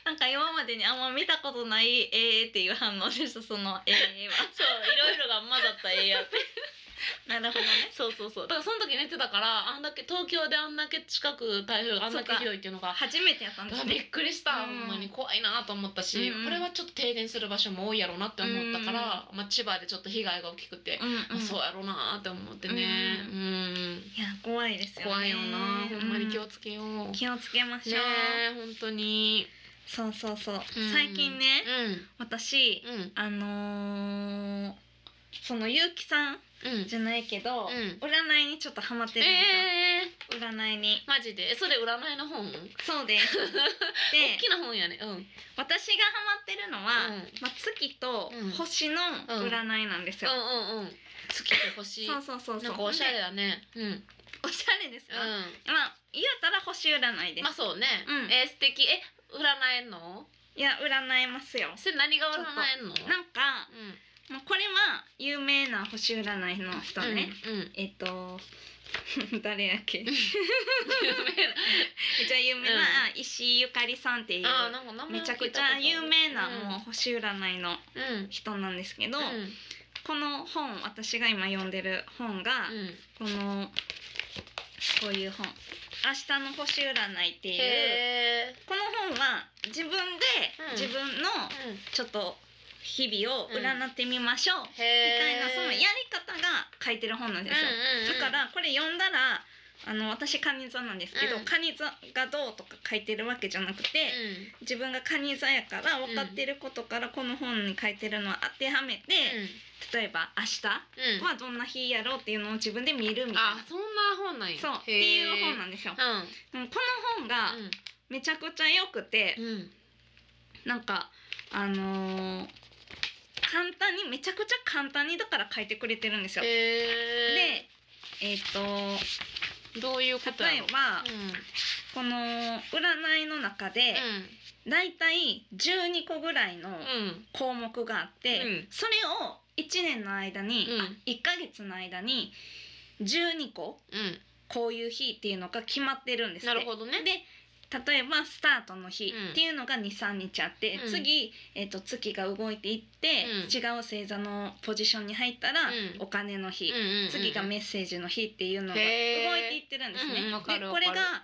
Speaker 1: なんか今までにあんま見たことないええっていう反応でしたそのええは
Speaker 2: そういろいろが混ざったええやって
Speaker 1: なるほどね
Speaker 2: そうそうそうだからその時寝てたからあんだけ東京であんだけ近く台風があんだけひどいっていうのが
Speaker 1: 初めてやったんです
Speaker 2: あ
Speaker 1: ね
Speaker 2: びっくりした、
Speaker 1: うん
Speaker 2: ほんまに怖いなと思ったし、
Speaker 1: うんうん
Speaker 2: これはちょっと停電する場所も多いやろうなって思ったから、まあ、千葉でちょっと被害が大きくて、
Speaker 1: うん
Speaker 2: まあ、そう
Speaker 1: い
Speaker 2: やろうなって思ってね、
Speaker 1: う
Speaker 2: うんん
Speaker 1: や怖いですよね
Speaker 2: 怖いよなほんまに気を
Speaker 1: う
Speaker 2: つけよう、
Speaker 1: ん
Speaker 2: ね
Speaker 1: 気をつけましょう、
Speaker 2: え本当に、
Speaker 1: そうそうそう
Speaker 2: うん
Speaker 1: 最近ね私
Speaker 2: うんうん
Speaker 1: あのーその結城さん
Speaker 2: うん
Speaker 1: じゃないけど、
Speaker 2: うん
Speaker 1: 占いにちょっとハマってるんで
Speaker 2: えー
Speaker 1: すよ、占いに
Speaker 2: マジでえそれ占いの本
Speaker 1: そうです
Speaker 2: 大
Speaker 1: で
Speaker 2: きな本やねうん、うん、
Speaker 1: 私がハマってるのは、
Speaker 2: うん
Speaker 1: まあ、月と
Speaker 2: うん
Speaker 1: 星の占いなんですよ、
Speaker 2: うんうん月と星
Speaker 1: そうそうそうそう
Speaker 2: なんかおしゃれ
Speaker 1: で
Speaker 2: だねうんうん
Speaker 1: おしゃれですか、まあ言うたら星占いです、
Speaker 2: まあそうね、
Speaker 1: うん
Speaker 2: えー素敵え占えんの
Speaker 1: いや占えますよ
Speaker 2: それ何が占えんの
Speaker 1: なんか、
Speaker 2: うん
Speaker 1: まあ、これは有名な星占いの人ね、
Speaker 2: うんうん、
Speaker 1: えっと誰やっけめっ
Speaker 2: 有
Speaker 1: ちゃ有名
Speaker 2: うん
Speaker 1: な石井ゆかりさんって いう
Speaker 2: 名なあーなんか名前
Speaker 1: め
Speaker 2: は
Speaker 1: ちゃ
Speaker 2: 聞
Speaker 1: く
Speaker 2: い
Speaker 1: ち
Speaker 2: たことあ
Speaker 1: ゃ
Speaker 2: る
Speaker 1: 有名なもう星占いの
Speaker 2: うんうん
Speaker 1: 人なんですけど、
Speaker 2: うんうん
Speaker 1: この本私が今読んでる本が、このこういう本「明日の星占い」っていう
Speaker 2: へえ
Speaker 1: この本は自分で
Speaker 2: うん
Speaker 1: 自分の
Speaker 2: うん
Speaker 1: ちょっと日々を占ってみましょう、み
Speaker 2: へえ
Speaker 1: たいなそのやり方が書いてる本なんですよ。だからこれ読んだらあの私カニ座なんですけど、
Speaker 2: うん
Speaker 1: カニ座がどうとか書いてるわけじゃなくて、
Speaker 2: うん
Speaker 1: 自分がカニ座やから分かってることからこの本に書いてるのを当てはめて、例えば明日
Speaker 2: うんうん
Speaker 1: はどんな日やろうっていうのを自分で見るみたい
Speaker 2: あ
Speaker 1: な、
Speaker 2: そんな本なんや
Speaker 1: そうっていう本
Speaker 2: ん
Speaker 1: なんですよ。
Speaker 2: や
Speaker 1: でもこの本がめちゃくちゃ良くて
Speaker 2: うん、うん
Speaker 1: なんかあのー簡単にめちゃくちゃ簡単にだから書いてくれてるんですよ。で
Speaker 2: へ
Speaker 1: えっ、と
Speaker 2: えどういうことや
Speaker 1: 例え
Speaker 2: ろ
Speaker 1: ば
Speaker 2: うんうん
Speaker 1: この占いの中でだいたい12個ぐらいの、
Speaker 2: うん
Speaker 1: 項目があって、
Speaker 2: うん
Speaker 1: それを1年の間に、
Speaker 2: うん
Speaker 1: あ1ヶ月の間に12個
Speaker 2: うん
Speaker 1: こういう日っていうのが決まってるんですって
Speaker 2: なるほどね
Speaker 1: で例えばスタートの日
Speaker 2: うん
Speaker 1: っていうのが23日あって、
Speaker 2: うん
Speaker 1: 次、えっと月が動いていって、違う星座のポジションに入ったら、
Speaker 2: うん
Speaker 1: お金の日、
Speaker 2: うんうんうん
Speaker 1: 次がメッセージの日っていうのが動い
Speaker 2: へー
Speaker 1: ていってるんですね。
Speaker 2: うんうんわかる
Speaker 1: で
Speaker 2: わ
Speaker 1: こ
Speaker 2: かる
Speaker 1: れが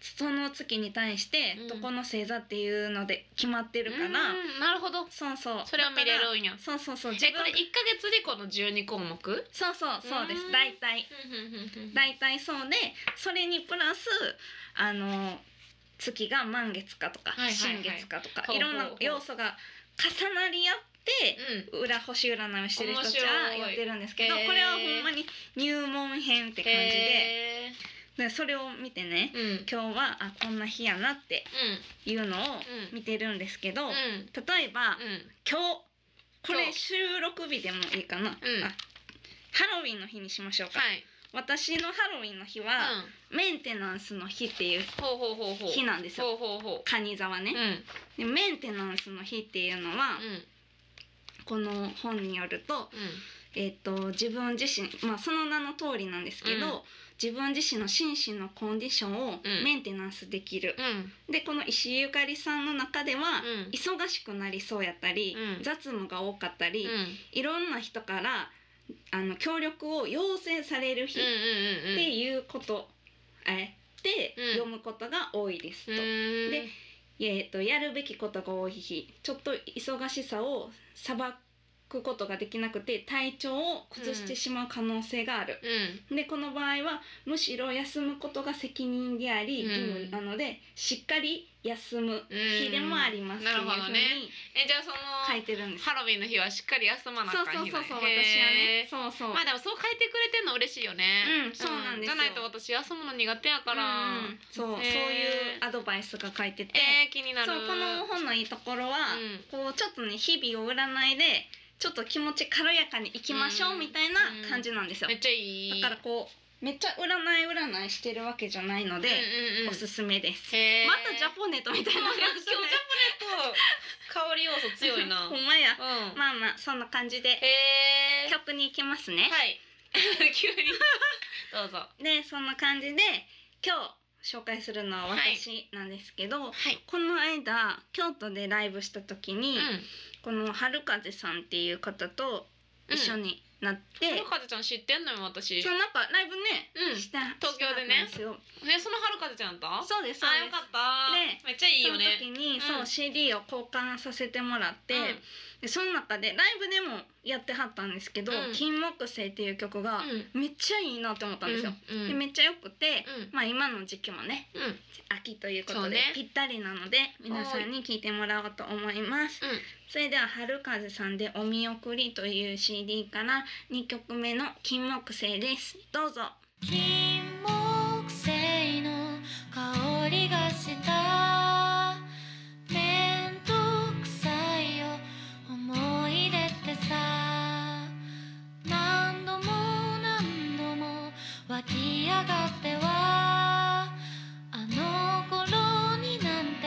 Speaker 1: そその月に対して
Speaker 2: うん
Speaker 1: どこの星座っていうので決まってるから、
Speaker 2: うんなるほど
Speaker 1: そうそう
Speaker 2: それを見れるんや
Speaker 1: だからそうそうそう
Speaker 2: え
Speaker 1: 自分
Speaker 2: これ一ヶ月でこの12項目
Speaker 1: そうそうそうで
Speaker 2: う
Speaker 1: す
Speaker 2: ん
Speaker 1: 大体
Speaker 2: 大
Speaker 1: 大体そうでそれにプラスあの月が満月かとか、
Speaker 2: はいはいはい
Speaker 1: 新月かと
Speaker 2: ほ
Speaker 1: か
Speaker 2: う
Speaker 1: い
Speaker 2: ほう
Speaker 1: ろ
Speaker 2: ほう
Speaker 1: な
Speaker 2: ん
Speaker 1: 要素が重なり合って
Speaker 2: うん
Speaker 1: 裏星占いをしてる人たち
Speaker 2: 面白
Speaker 1: はいやってるんですけど、
Speaker 2: へー
Speaker 1: これはほんまに入門編って感じで
Speaker 2: へ
Speaker 1: でそれを見てね
Speaker 2: ーうんうん
Speaker 1: 今日はあこんな日やなっていうのを
Speaker 2: うん
Speaker 1: 見てるんですけど、
Speaker 2: うん
Speaker 1: 例えば
Speaker 2: うん
Speaker 1: 今日こ
Speaker 2: 今
Speaker 1: れ
Speaker 2: 日
Speaker 1: 収録日でもいいかな、あハロウィンの日にしましょうか、
Speaker 2: はい
Speaker 1: 私のハロウィンの日は、
Speaker 2: う
Speaker 1: メンテナンスの日っていうん
Speaker 2: ほうほうほうほう
Speaker 1: 日なんですよ
Speaker 2: ほうほうほ
Speaker 1: カニ座は
Speaker 2: う
Speaker 1: ね
Speaker 2: う、
Speaker 1: で
Speaker 2: ん
Speaker 1: メンテナンスの日っていうのは、
Speaker 2: うん
Speaker 1: この本によると,、
Speaker 2: うん
Speaker 1: えっと自分自身、まあ、その名の通りなんですけど、
Speaker 2: うん
Speaker 1: 自分自身の心身のコンディションを
Speaker 2: うん
Speaker 1: メンテナンスできる
Speaker 2: う、ん
Speaker 1: でこの石井ゆかりさんの中では、
Speaker 2: うん
Speaker 1: 忙しくなりそうやったり、
Speaker 2: うん
Speaker 1: 雑務が多かったり、
Speaker 2: うん
Speaker 1: いろんな人からあの協力を要請される日
Speaker 2: う
Speaker 1: っ
Speaker 2: んうんうん
Speaker 1: ていうこと、えで
Speaker 2: うん
Speaker 1: 読むことが多いですと。
Speaker 2: うーん
Speaker 1: でえー、とやるべきことが多い日ちょっと忙しさをさばくことができなくて体調を崩してしまう可能性がある、
Speaker 2: うん
Speaker 1: でこの場合はむしろ休むことが責任であり
Speaker 2: うん
Speaker 1: 義務なので、しっかり休む日でもありますっていうふう
Speaker 2: なるほどね
Speaker 1: に
Speaker 2: えじゃあその
Speaker 1: 書いてるんです、
Speaker 2: ハロウィンの日はしっかり休まなあ
Speaker 1: そ
Speaker 2: か
Speaker 1: うん
Speaker 2: 日
Speaker 1: そ
Speaker 2: なん
Speaker 1: う
Speaker 2: や
Speaker 1: そうそう私はねそうそ
Speaker 2: へー
Speaker 1: う、
Speaker 2: まあでもそう書いてくれてんの嬉しいよ
Speaker 1: う
Speaker 2: ね
Speaker 1: んそうなんですよ
Speaker 2: じゃないと私休むの苦手やから
Speaker 1: うんうんそうそう
Speaker 2: へ
Speaker 1: いう
Speaker 2: ー
Speaker 1: アドバイスが書いてて、
Speaker 2: えー気になる
Speaker 1: そうこの本のいいところは、
Speaker 2: うん
Speaker 1: こうちょっとね日々を占いでちょっと気持ち軽やかにいきましょ
Speaker 2: う
Speaker 1: うんみたいな感じなんですよ、
Speaker 2: めっちゃいい
Speaker 1: だからこうめっちゃ占い占いしてるわけじゃないので、
Speaker 2: うんうんうん
Speaker 1: おすすめです、
Speaker 2: へー
Speaker 1: またジャポネットみたいな感じ
Speaker 2: そう今日ジャそう香り要素強いな
Speaker 1: ほんまや、
Speaker 2: うん
Speaker 1: まあまあそんな感じで
Speaker 2: へえ
Speaker 1: 曲に行きますね、
Speaker 2: はい急にどうぞ
Speaker 1: でそんな感じで今日紹介するのは私なんですけど、
Speaker 2: はい
Speaker 1: この間京都でライブした時に、
Speaker 2: うん
Speaker 1: この春風さんっていう方と一緒になって、
Speaker 2: はるかぜちゃん知ってんのよ私
Speaker 1: そうなんかライブね、
Speaker 2: うん
Speaker 1: した
Speaker 2: 東京でね
Speaker 1: したんすよ
Speaker 2: ねそのはるかぜちゃんとあ
Speaker 1: そうですそう
Speaker 2: よ
Speaker 1: です
Speaker 2: かった
Speaker 1: ね
Speaker 2: めっちゃいいよね
Speaker 1: その時に、そううん CD を交換させてもらって、
Speaker 2: うん
Speaker 1: でその中でライブでもやってはったんですけど
Speaker 2: う
Speaker 1: 「
Speaker 2: ん
Speaker 1: 金木星」っていう曲が
Speaker 2: うん
Speaker 1: めっちゃいいなって思ったんですよ。
Speaker 2: うんうん
Speaker 1: でめっちゃ良くて、
Speaker 2: うん
Speaker 1: まあ今の時期もね
Speaker 2: うんうん
Speaker 1: 秋ということ
Speaker 2: そう
Speaker 1: で、
Speaker 2: ね
Speaker 1: ぴったりなので皆さんに聞いてもらおうと思います。それでは春風さんでお見送りという CD から2曲目の金木星です。どうぞ。
Speaker 3: 金木犀の香りがした面倒くさいよ思い出ってさ何度も何度も湧き上がってはあの頃になんて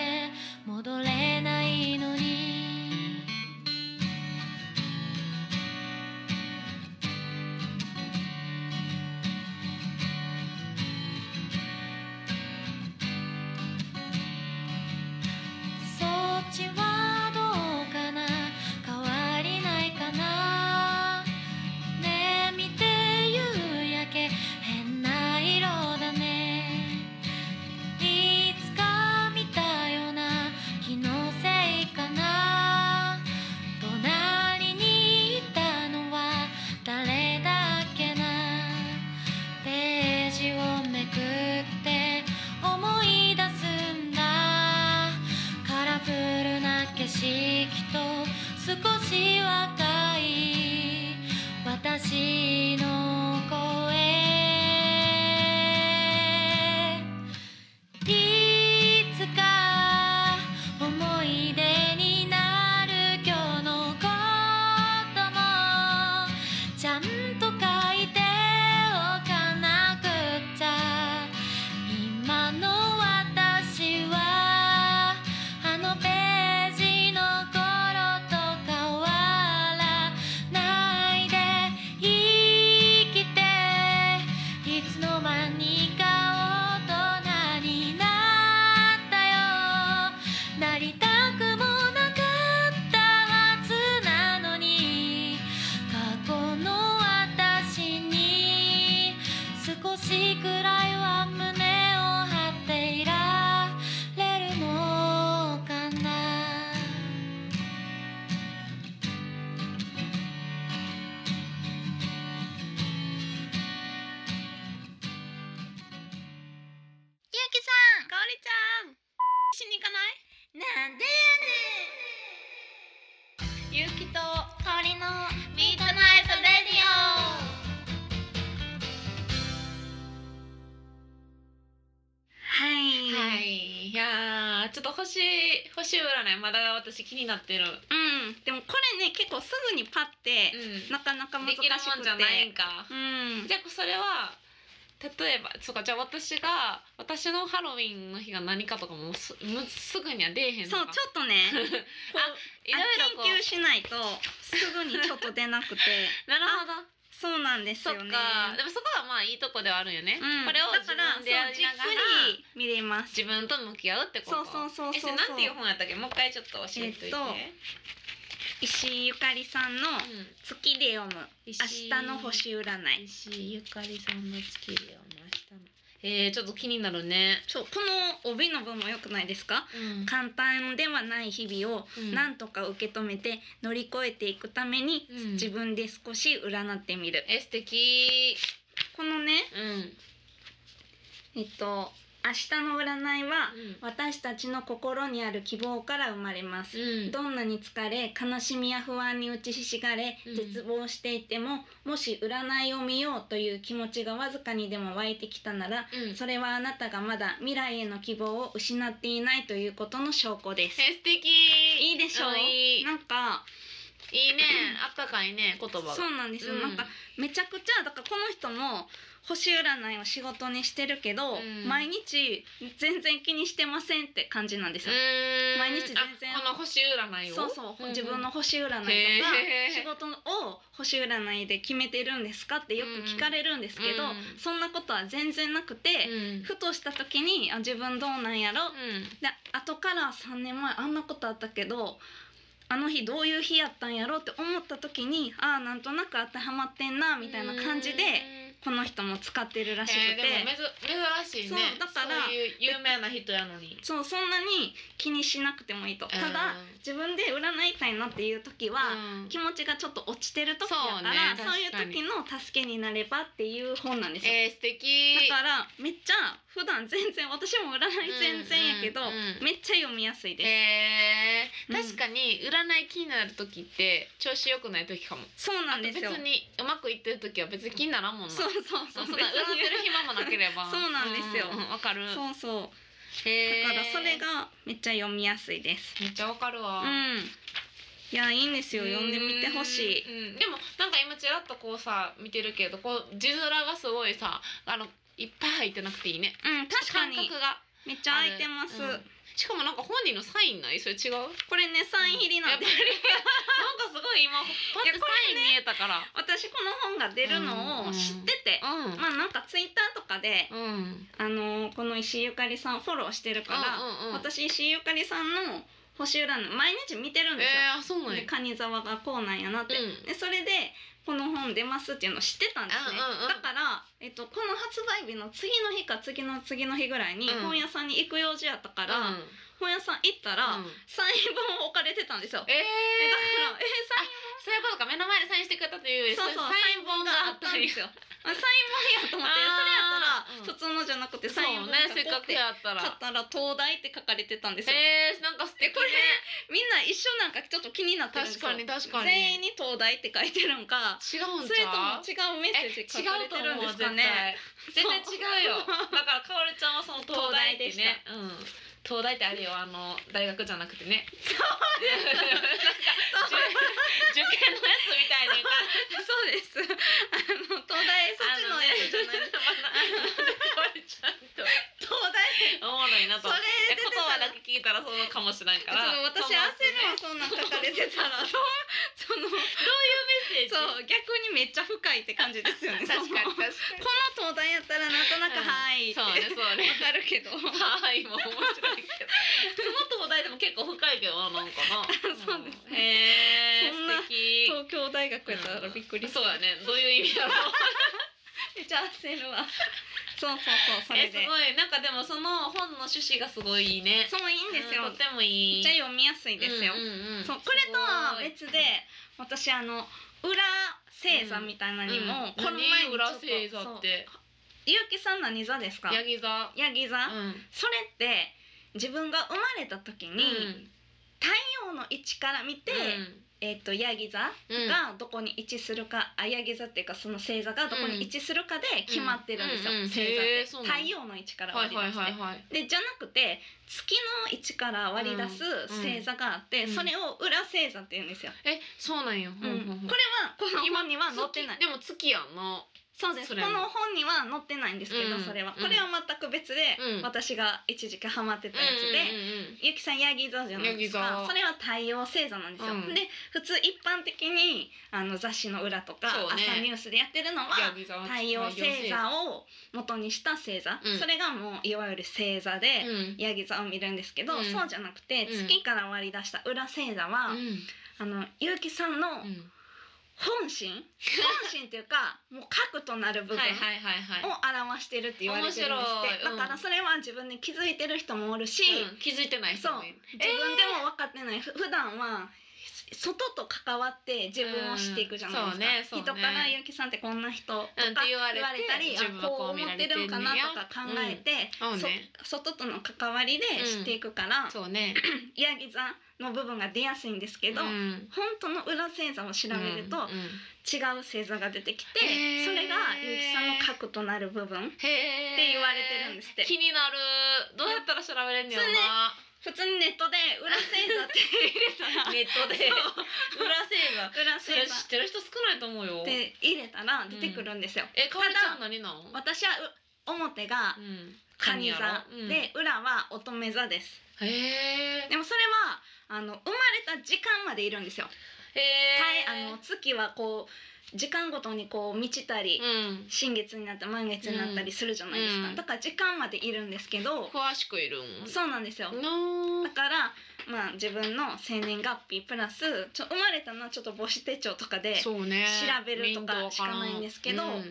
Speaker 3: 戻れないのに「
Speaker 1: しに行かないなんでやねんゆうきと
Speaker 3: 香りの
Speaker 1: ミートナイトレディオはい、
Speaker 2: はいいやーちょっと星星占いまだ私気になってる、
Speaker 1: うんでもこれね結構すぐにパッて、
Speaker 2: うん
Speaker 1: なかなか難
Speaker 2: で
Speaker 1: しくて
Speaker 2: きるもんじゃないんか
Speaker 1: うん
Speaker 2: じゃあそれは例えばそうかじゃあ私が私のハロウィンの日が何かとかもすむすぐには出えへんの
Speaker 1: そう
Speaker 2: か
Speaker 1: ちょっと ねこう
Speaker 2: あいろいろ
Speaker 1: あ
Speaker 2: こ
Speaker 1: 研究
Speaker 2: う
Speaker 1: しないとすぐにちょっと出な くて
Speaker 2: なるほど
Speaker 1: そうなんです
Speaker 2: そっ
Speaker 1: よね
Speaker 2: かでもそこはまあいいとこではあるよね、
Speaker 1: うん、
Speaker 2: これを
Speaker 1: だ
Speaker 2: 自
Speaker 1: から
Speaker 2: 分でやりながら
Speaker 1: そうじっくり見れます
Speaker 2: 自分と向き合うってこ
Speaker 1: そ
Speaker 2: と
Speaker 1: うそうそうそうそう
Speaker 2: えそれなんていう本やったっけもう一回ちょっと教えておいて、
Speaker 1: えっと石井ゆかりさんの
Speaker 2: うん
Speaker 1: 「月で読む明日の星占い
Speaker 2: 石井ゆかりさんの月でよ明日のえー、ちょっと気になるね」、
Speaker 1: そうこの帯の文も良くないですか
Speaker 2: うん
Speaker 1: 簡単ではない日々を
Speaker 2: うん
Speaker 1: 何とか受け止めて乗り越えていくために
Speaker 2: うん
Speaker 1: 自分で少し占ってみる、
Speaker 2: え素敵
Speaker 1: このね
Speaker 2: うん
Speaker 1: えっと明日の占いは
Speaker 2: うん
Speaker 1: 私たちの心にある希望から生まれます、
Speaker 2: うん
Speaker 1: どんなに疲れ悲しみや不安に打ちひしがれ
Speaker 2: うん
Speaker 1: 絶望していても、もし占いを見ようという気持ちがわずかにでも湧いてきたなら
Speaker 2: うん
Speaker 1: それはあなたがまだ未来への希望を失っていないということの証拠です
Speaker 2: え素敵
Speaker 1: いいでしょう
Speaker 2: うんいい
Speaker 1: なんか
Speaker 2: いいねあったかいね言葉が
Speaker 1: そうなんですよ、
Speaker 2: うん
Speaker 1: なんかめちゃくちゃだからこの人も星占いを仕事にしてるけど、
Speaker 2: うん
Speaker 1: 毎日全然気にしてませんって感じなんですよ、
Speaker 2: うーん
Speaker 1: 毎日全然
Speaker 2: あこの星占いを
Speaker 1: そうそう、
Speaker 2: んん
Speaker 1: 自分の星占いとか
Speaker 2: へー
Speaker 1: 仕事を星占いで決めてるんですかってよく聞かれるんですけど、
Speaker 2: うん
Speaker 1: そんなことは全然なくて、
Speaker 2: うん
Speaker 1: ふとした時にあ自分どうなんやろ、
Speaker 2: うん
Speaker 1: で後から3年前あんなことあったけどあの日どういう日やったんやろうって思った時にああなんとなく当てはまってんなみたいな感じでこの人も使ってるらしく
Speaker 2: えー
Speaker 1: て、
Speaker 2: でもめず珍しいね
Speaker 1: そうだから
Speaker 2: そういう有名な人やのに
Speaker 1: そうそんなに気にしなくてもいいと、ただ
Speaker 2: うん
Speaker 1: 自分で占いたいなっていう時は、
Speaker 2: うん
Speaker 1: 気持ちがちょっと落ちてる時やから
Speaker 2: そ
Speaker 1: そうう,、い
Speaker 2: ね
Speaker 1: う時の助けになればっていう本なんですよ、
Speaker 2: えー素敵
Speaker 1: だからめっちゃ普段全然私も占い全然やけど、
Speaker 2: うんうんうん
Speaker 1: めっちゃ読みやすいです、
Speaker 2: へえ
Speaker 1: うん
Speaker 2: 確かに占い気になる時って調子良くない時かも
Speaker 1: そうなんですよ
Speaker 2: 別にうまくいってる時は別に気にならんもんな
Speaker 1: そうそうそう
Speaker 2: そ
Speaker 1: う
Speaker 2: そん
Speaker 1: 別
Speaker 2: な
Speaker 1: に
Speaker 2: 占ってる暇もなければ
Speaker 1: そうなんですよ
Speaker 2: ううんわかる
Speaker 1: そうそう
Speaker 2: へ
Speaker 1: だ
Speaker 2: え
Speaker 1: からそれがめっちゃ読みやすいです
Speaker 2: めっちゃわかる
Speaker 1: う
Speaker 2: わ
Speaker 1: んいやいいんですよ読んでみてほしい
Speaker 2: うんうんでもなんか今ちらっとこうさ見てるけどこう字面がすごいさあのいっぱい入ってなくていいね
Speaker 1: うん確かに
Speaker 2: 感覚が
Speaker 1: めっちゃ空いてます、
Speaker 2: うんしかもなんか本人のサインないそれ違うなんか
Speaker 1: これねサイン入りなんで、
Speaker 2: うんすごい今パッて
Speaker 1: いや
Speaker 2: サ
Speaker 1: こ
Speaker 2: イン見えたから
Speaker 1: 私この本が出るのを知ってて、
Speaker 2: うん
Speaker 1: まあなんかツイッターとかで、
Speaker 2: うん
Speaker 1: あのーこの石井ゆかりさんフォローしてるから、
Speaker 2: うんうんうん
Speaker 1: 私石井ゆかりさんの星占い毎日見てるんですよ、
Speaker 2: えー、そうなんや
Speaker 1: で蟹沢がこうなんやなって、
Speaker 2: うん
Speaker 1: でそれでこの本出ますっていうのを知ってたんですね、
Speaker 2: うんうんうん
Speaker 1: だから、えっと、この発売日の次の日か次の次の日ぐらいに
Speaker 2: う
Speaker 1: 本
Speaker 2: ん
Speaker 1: 屋さんに行く用事やったから、
Speaker 2: うん
Speaker 1: 本屋さん行ったら、
Speaker 2: うん
Speaker 1: サイン本置かれてたんですよ。
Speaker 2: え
Speaker 1: だから
Speaker 2: ー、
Speaker 1: えサイン
Speaker 2: そういうことか目の前でサインしてくれたという
Speaker 1: そうそう
Speaker 2: サイン本があったんですよ
Speaker 1: あサイ ン本やと思ってそれやった
Speaker 2: あー
Speaker 1: ら普通のじゃなくて
Speaker 2: そ
Speaker 1: サイン本
Speaker 2: う
Speaker 1: が
Speaker 2: ねせっ
Speaker 1: こう
Speaker 2: か
Speaker 1: って
Speaker 2: くやったら
Speaker 1: 買ったら「東大」って書かれてたんですよ。
Speaker 2: えー、なんか素敵ね
Speaker 1: これみんな一緒なんかちょっと気になってるんで
Speaker 2: 確
Speaker 1: すよ
Speaker 2: かに確かに
Speaker 1: 全員に「東大」って書いてるんか
Speaker 2: 違うん
Speaker 1: そ
Speaker 2: ち
Speaker 1: れと
Speaker 2: ゃ
Speaker 1: も
Speaker 2: う
Speaker 1: 違うメッセージ書かれてるんですかね。
Speaker 2: え違うと思う絶対絶対違うよだからかおるちゃんはその東大ってね
Speaker 1: 東
Speaker 2: うん東大ってあるよあの大学じゃなくてねそうです受験のやつみたいに言うから
Speaker 1: そうです。あの東大そっちのやつ じゃない。
Speaker 2: い。ちゃんと
Speaker 1: 東大。
Speaker 2: おもろいなと。
Speaker 1: それ出て
Speaker 2: 言
Speaker 1: た
Speaker 2: 葉
Speaker 1: ら
Speaker 2: だけ聞いたらそうかもしれないから。
Speaker 1: ちょっと私焦るわそんなん書かれてたら。そうその
Speaker 2: る
Speaker 1: そ
Speaker 2: そう
Speaker 1: う逆にめっちゃ深いって感じですよね。
Speaker 2: 確かに確
Speaker 1: その
Speaker 2: かに。
Speaker 1: この東大やったらなんとなく
Speaker 2: うん
Speaker 1: はいって
Speaker 2: そうねそうね。
Speaker 1: わかるけど。
Speaker 2: はいもう面白いけど。その東大でも結構深いけどななんかな。
Speaker 1: そうですね
Speaker 2: へえ
Speaker 1: そんな
Speaker 2: 素敵。
Speaker 1: 東京大学やったらびっくり。
Speaker 2: そうだね。どういう意味だろう。
Speaker 1: めっちゃ焦るわ。そうそうそうそ
Speaker 2: え
Speaker 1: れ
Speaker 2: す
Speaker 1: で。
Speaker 2: ごいなんかでもその本の趣旨がすごいいいね。
Speaker 1: そういいんですよ。
Speaker 2: うんとてもい
Speaker 1: めっ
Speaker 2: い。
Speaker 1: ちゃ読みやすいですよ。
Speaker 2: んんん
Speaker 1: そうこれとは
Speaker 2: す
Speaker 1: 別で私あの裏星座みたいな
Speaker 2: ごい
Speaker 1: にも、
Speaker 2: うん
Speaker 1: この前に
Speaker 2: 何裏星座って。
Speaker 1: 結城さん何座ですか
Speaker 2: ヤギ座。
Speaker 1: ヤギ座、
Speaker 2: うん。
Speaker 1: それって自分が生まれた時に、太陽の位置から見て、えっ、とヤギ座
Speaker 2: うん
Speaker 1: がどこに位置するか、あヤギ座っていうかその星座がどこに位置するかで決まってるんですよ、
Speaker 2: うんうんうん
Speaker 1: 星座っ
Speaker 2: へ
Speaker 1: て
Speaker 2: ーそうなんだ
Speaker 1: 太陽の位置から
Speaker 2: はい
Speaker 1: 割り出し
Speaker 2: は
Speaker 1: て、
Speaker 2: いはいはい
Speaker 1: でじゃなくて月の位置から割り出す
Speaker 2: うん
Speaker 1: 星座があって、
Speaker 2: うん
Speaker 1: それを裏星座って言うんですよ、
Speaker 2: えそうなんや、う
Speaker 1: うんこれはこの本には載ってない
Speaker 2: でも月やんな
Speaker 1: そうです
Speaker 2: そ
Speaker 1: こ
Speaker 2: れも
Speaker 1: の本には載ってないんですけど、
Speaker 2: うん
Speaker 1: それは
Speaker 2: うん
Speaker 1: これは全く別で、
Speaker 2: うん
Speaker 1: 私が一時期ハマってたやつで、ゆきさんヤギ座じゃないです
Speaker 2: ヤギ
Speaker 1: か
Speaker 2: 座
Speaker 1: それは太陽星座なんですよ、
Speaker 2: うん
Speaker 1: で普通一般的にあの雑誌の裏とか、
Speaker 2: そうね
Speaker 1: 朝ニュースでやってるのは
Speaker 2: ヤギ座
Speaker 1: 太陽星座を元にした星座、
Speaker 2: うん
Speaker 1: それがもういわゆる星座で、ヤギ座を見るんですけど、
Speaker 2: うん
Speaker 1: そうじゃなくて
Speaker 2: うん
Speaker 1: 月から割り出した裏星座は、あの結城さんの
Speaker 2: うんうん
Speaker 1: 本 心、本心というかもう核となる部分
Speaker 2: はいはいはいはい
Speaker 1: を表してるって言われてるんですって、
Speaker 2: 面白いうん
Speaker 1: だからそれは自分で気づいてる人もおるし、
Speaker 2: うん気づいてない人
Speaker 1: そう
Speaker 2: もいる
Speaker 1: 自分でも分かってない、ふ普段は外と関わって自分を知っていくじゃないですか、
Speaker 2: うんそうねそうね
Speaker 1: 人から「結城さんってこんな人」とか
Speaker 2: うんって言われて
Speaker 1: 言われたり
Speaker 2: 自
Speaker 1: あ
Speaker 2: 分は
Speaker 1: こう
Speaker 2: こう見
Speaker 1: 思
Speaker 2: ら
Speaker 1: っ
Speaker 2: れて
Speaker 1: て
Speaker 2: んねや
Speaker 1: るんかなとか考えて、
Speaker 2: うんそうね
Speaker 1: そ外との関わりで知っていくから、
Speaker 2: そうね
Speaker 1: ヤギ座の部分が出やすいんですけど、
Speaker 2: うん
Speaker 1: 本当の裏星座を調べると
Speaker 2: うんうん
Speaker 1: 違う星座が出てきて、
Speaker 2: へー
Speaker 1: それが結城さんの核となる部分
Speaker 2: へえ
Speaker 1: って言われてるんですって
Speaker 2: 気になるどうやったら調べれんねやろな
Speaker 1: 普通にネットで裏星座って入れたら
Speaker 2: ネット で
Speaker 1: そう
Speaker 2: 裏星座
Speaker 1: 裏
Speaker 2: そ
Speaker 1: 星
Speaker 2: れ知
Speaker 1: 座
Speaker 2: ってる人少ないと思うよ
Speaker 1: っ
Speaker 2: え
Speaker 1: て入れたら出てくるんですよ、
Speaker 2: かおりちゃん何なの
Speaker 1: 私はう表が
Speaker 2: うん
Speaker 1: カニ
Speaker 2: や
Speaker 1: 座
Speaker 2: ろうん
Speaker 1: で裏は乙女座です
Speaker 2: へえ
Speaker 1: でもそれはあの生まれた時間までいるんですよ、たいあの月はこう時間ごとにこう満ちたり、
Speaker 2: うん
Speaker 1: 新月になって満月になったりするじゃないですか、
Speaker 2: うん
Speaker 1: だから時間までいるんですけど、
Speaker 2: 詳しくいるん
Speaker 1: そうなんですよ
Speaker 2: の
Speaker 1: だからまあ自分の生年月日プラスちょ生まれたのはちょっと母子手帳とかででも
Speaker 2: そうね
Speaker 1: 調べるとかしかないんですけど
Speaker 2: うん
Speaker 1: 私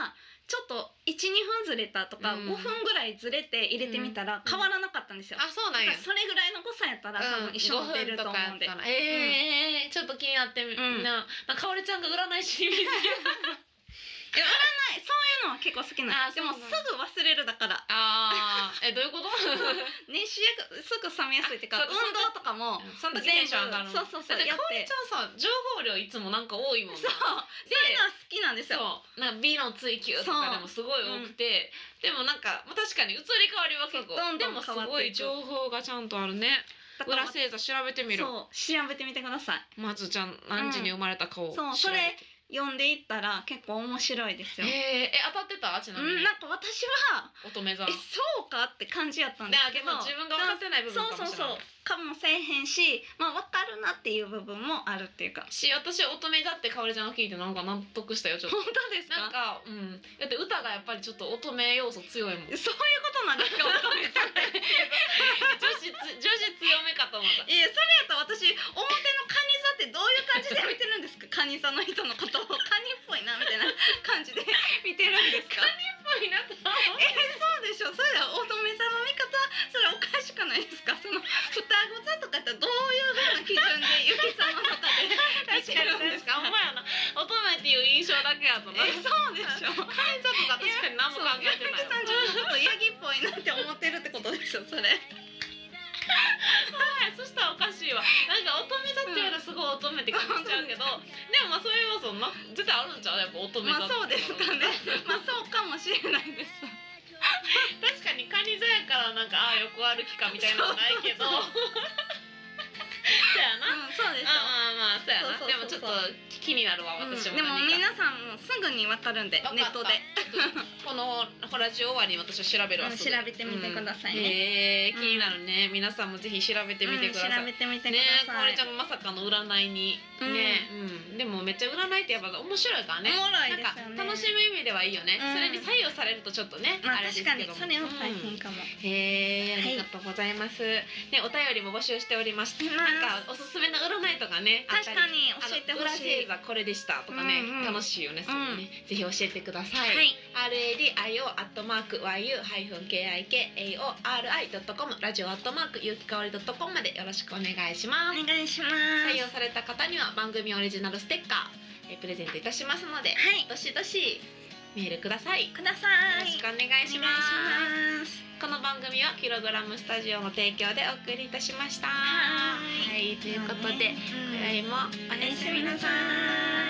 Speaker 1: はちょっと12分ずれたとか
Speaker 2: う
Speaker 1: 5
Speaker 2: ん
Speaker 1: 分ぐらいずれて入れてみたら変わらなかったんですよ、
Speaker 2: あそうな
Speaker 1: だ
Speaker 2: んや
Speaker 1: からそれぐらいの誤差やったら多分一緒に出ると思うんで、
Speaker 2: 5分かやったらええちょっと気になってみ
Speaker 1: ん
Speaker 2: ななんかおりちゃんが占い師に見てる
Speaker 1: はいそういうのは結構好きなん
Speaker 2: あ
Speaker 1: ですでも
Speaker 2: そ
Speaker 1: す
Speaker 2: うな
Speaker 1: ぐ忘
Speaker 2: んだ
Speaker 1: れるだから
Speaker 2: あーえどういう こと
Speaker 1: 熱視やすぐ冷めやすいっていうか
Speaker 2: あ
Speaker 1: 運
Speaker 2: そうそう
Speaker 1: 動とかも
Speaker 2: その時テンション上がるの
Speaker 1: 全部そうそうそう
Speaker 2: だって
Speaker 1: や
Speaker 2: か
Speaker 1: っ
Speaker 2: お
Speaker 1: て
Speaker 2: りちゃんさ情報量いつもなんか多いもん
Speaker 1: そう
Speaker 2: な
Speaker 1: そういうのは好きなんですよ
Speaker 2: そうなんか美の追求とかでもすごい多くて、でもなんかまあ確かに移り変わりは結
Speaker 1: そう
Speaker 2: 構
Speaker 1: どんどん
Speaker 2: でもすごい
Speaker 1: 変わ
Speaker 2: 情報がちゃんとあるね
Speaker 1: だから
Speaker 2: 裏星座調べてみる
Speaker 1: そう調べてみてくださ
Speaker 2: まずじゃあ何時に生まれたかを
Speaker 1: ん
Speaker 2: 調べて、
Speaker 1: そうそれい読んでいったら結構面白いです
Speaker 2: え
Speaker 1: よ、
Speaker 2: ー、え当たってたち
Speaker 1: う
Speaker 2: なみ
Speaker 1: ん、
Speaker 2: に
Speaker 1: なんか私は
Speaker 2: 乙女座
Speaker 1: えそうかって感じやったんですけ
Speaker 2: で
Speaker 1: ど
Speaker 2: も自分が分かってない部分
Speaker 1: そう
Speaker 2: かもしれな
Speaker 1: そそ
Speaker 2: いう
Speaker 1: うかもせえへんしまあ分かるなっていう部分もあるっていうか
Speaker 2: し私乙女座ってかおりちゃんが聞いてなんか納得したよちょっと
Speaker 1: 本当です
Speaker 2: な
Speaker 1: か
Speaker 2: んかうんだって歌がやっぱりちょっと乙女要素強 いもん女子
Speaker 1: そういうことなんですか乙女さんって
Speaker 2: つ女子強めかと思った
Speaker 1: いやそれやったら私表のカニ座ってどういう感じで見てるんですかカニ座の人のことをカニっぽいなみたいな感じで見てるんですか
Speaker 2: ぽいなと思っ
Speaker 1: えそうでしょそれは乙女座の見方それおかしくないですかその双子座とかやったらどういうふうな基準でゆきさんの中で見て
Speaker 2: 確か
Speaker 1: る
Speaker 2: に
Speaker 1: んです
Speaker 2: 確か
Speaker 1: か
Speaker 2: にほんまやな乙女っていう印象だけやとな
Speaker 1: え そうでしょ
Speaker 2: カニ座とか確かに何も考えてない
Speaker 1: さんちょっとヤギっぽいなって思ってるってことですよそれ
Speaker 2: はい そしたらおかしいわなんか乙女座って言われたらすごい乙女って感じちゃうけど、でもまあそういう要素な絶対あるんちゃうやっぱ乙女
Speaker 1: ま
Speaker 2: 座
Speaker 1: あ
Speaker 2: って
Speaker 1: そうですかね まあそうかもしれないです
Speaker 2: 確かにカニ座やからなんかああ横歩きかみたいなのないけど そうや
Speaker 1: う
Speaker 2: な、
Speaker 1: んそうでしょ
Speaker 2: ああまあまあそうやな
Speaker 1: そうそうそうそう
Speaker 2: でもちょっと気になるわ
Speaker 1: うん
Speaker 2: 私も
Speaker 1: でも
Speaker 2: 何か、
Speaker 1: 皆さんもすぐにわかるんで
Speaker 2: わかった
Speaker 1: ネットで
Speaker 2: このホラジオ終わりに私は調べるわ
Speaker 1: うん
Speaker 2: すぐ
Speaker 1: 調べてみてくださいね
Speaker 2: うんへえ気になるね、皆さんもぜひ調べてみてください、
Speaker 1: うん調べてみてく
Speaker 2: ねえか
Speaker 1: ださ
Speaker 2: お
Speaker 1: い
Speaker 2: りちゃんがまさかの占いに
Speaker 1: うん
Speaker 2: ね、うんでもめっちゃ占いってやっぱ面白いから
Speaker 1: お
Speaker 2: ね
Speaker 1: もろいですよ
Speaker 2: なん
Speaker 1: ね
Speaker 2: か楽しむ意味ではいいよね、
Speaker 1: うん
Speaker 2: それに左右されるとちょっとね、
Speaker 1: まあ
Speaker 2: あれです
Speaker 1: 確
Speaker 2: け
Speaker 1: か
Speaker 2: ど
Speaker 1: にそれは大変かも、
Speaker 2: へえ、
Speaker 1: はい
Speaker 2: ありがとうございます。ね、お便りも募集しておりまして、
Speaker 1: うん
Speaker 2: なんかおすすめの占いとかね、あっ
Speaker 1: 確
Speaker 2: た
Speaker 1: か
Speaker 2: り
Speaker 1: に教えてほしい
Speaker 2: あの裏星座これでしたとかね、
Speaker 1: うんうん
Speaker 2: 楽しいよね、そういうのね、ぜひ教えてくださ。
Speaker 1: はい
Speaker 2: R A D I O アットマーク Y U ハイフン K I K A O R I ドットコムラジオアットマークゆうきかおりドットコムまでよろしくお願いします。
Speaker 1: お願いします
Speaker 2: 採用された方には番組オリジナルステッカーえープレゼントいたしますので、
Speaker 1: はい
Speaker 2: どしどしメールください。よ
Speaker 1: くださ
Speaker 2: ろ
Speaker 1: い
Speaker 2: しくお願いし
Speaker 1: お
Speaker 2: ます。
Speaker 1: 願いします
Speaker 2: この番組組はキログラムスタジオの提供でお送りいたしました。
Speaker 1: はーい
Speaker 2: はい、ということで、
Speaker 1: 今宵
Speaker 2: 今宵もお
Speaker 1: お
Speaker 2: や
Speaker 1: や
Speaker 2: す
Speaker 1: す
Speaker 2: み
Speaker 1: み
Speaker 2: な
Speaker 1: な
Speaker 2: さ
Speaker 1: さ
Speaker 2: い。
Speaker 1: い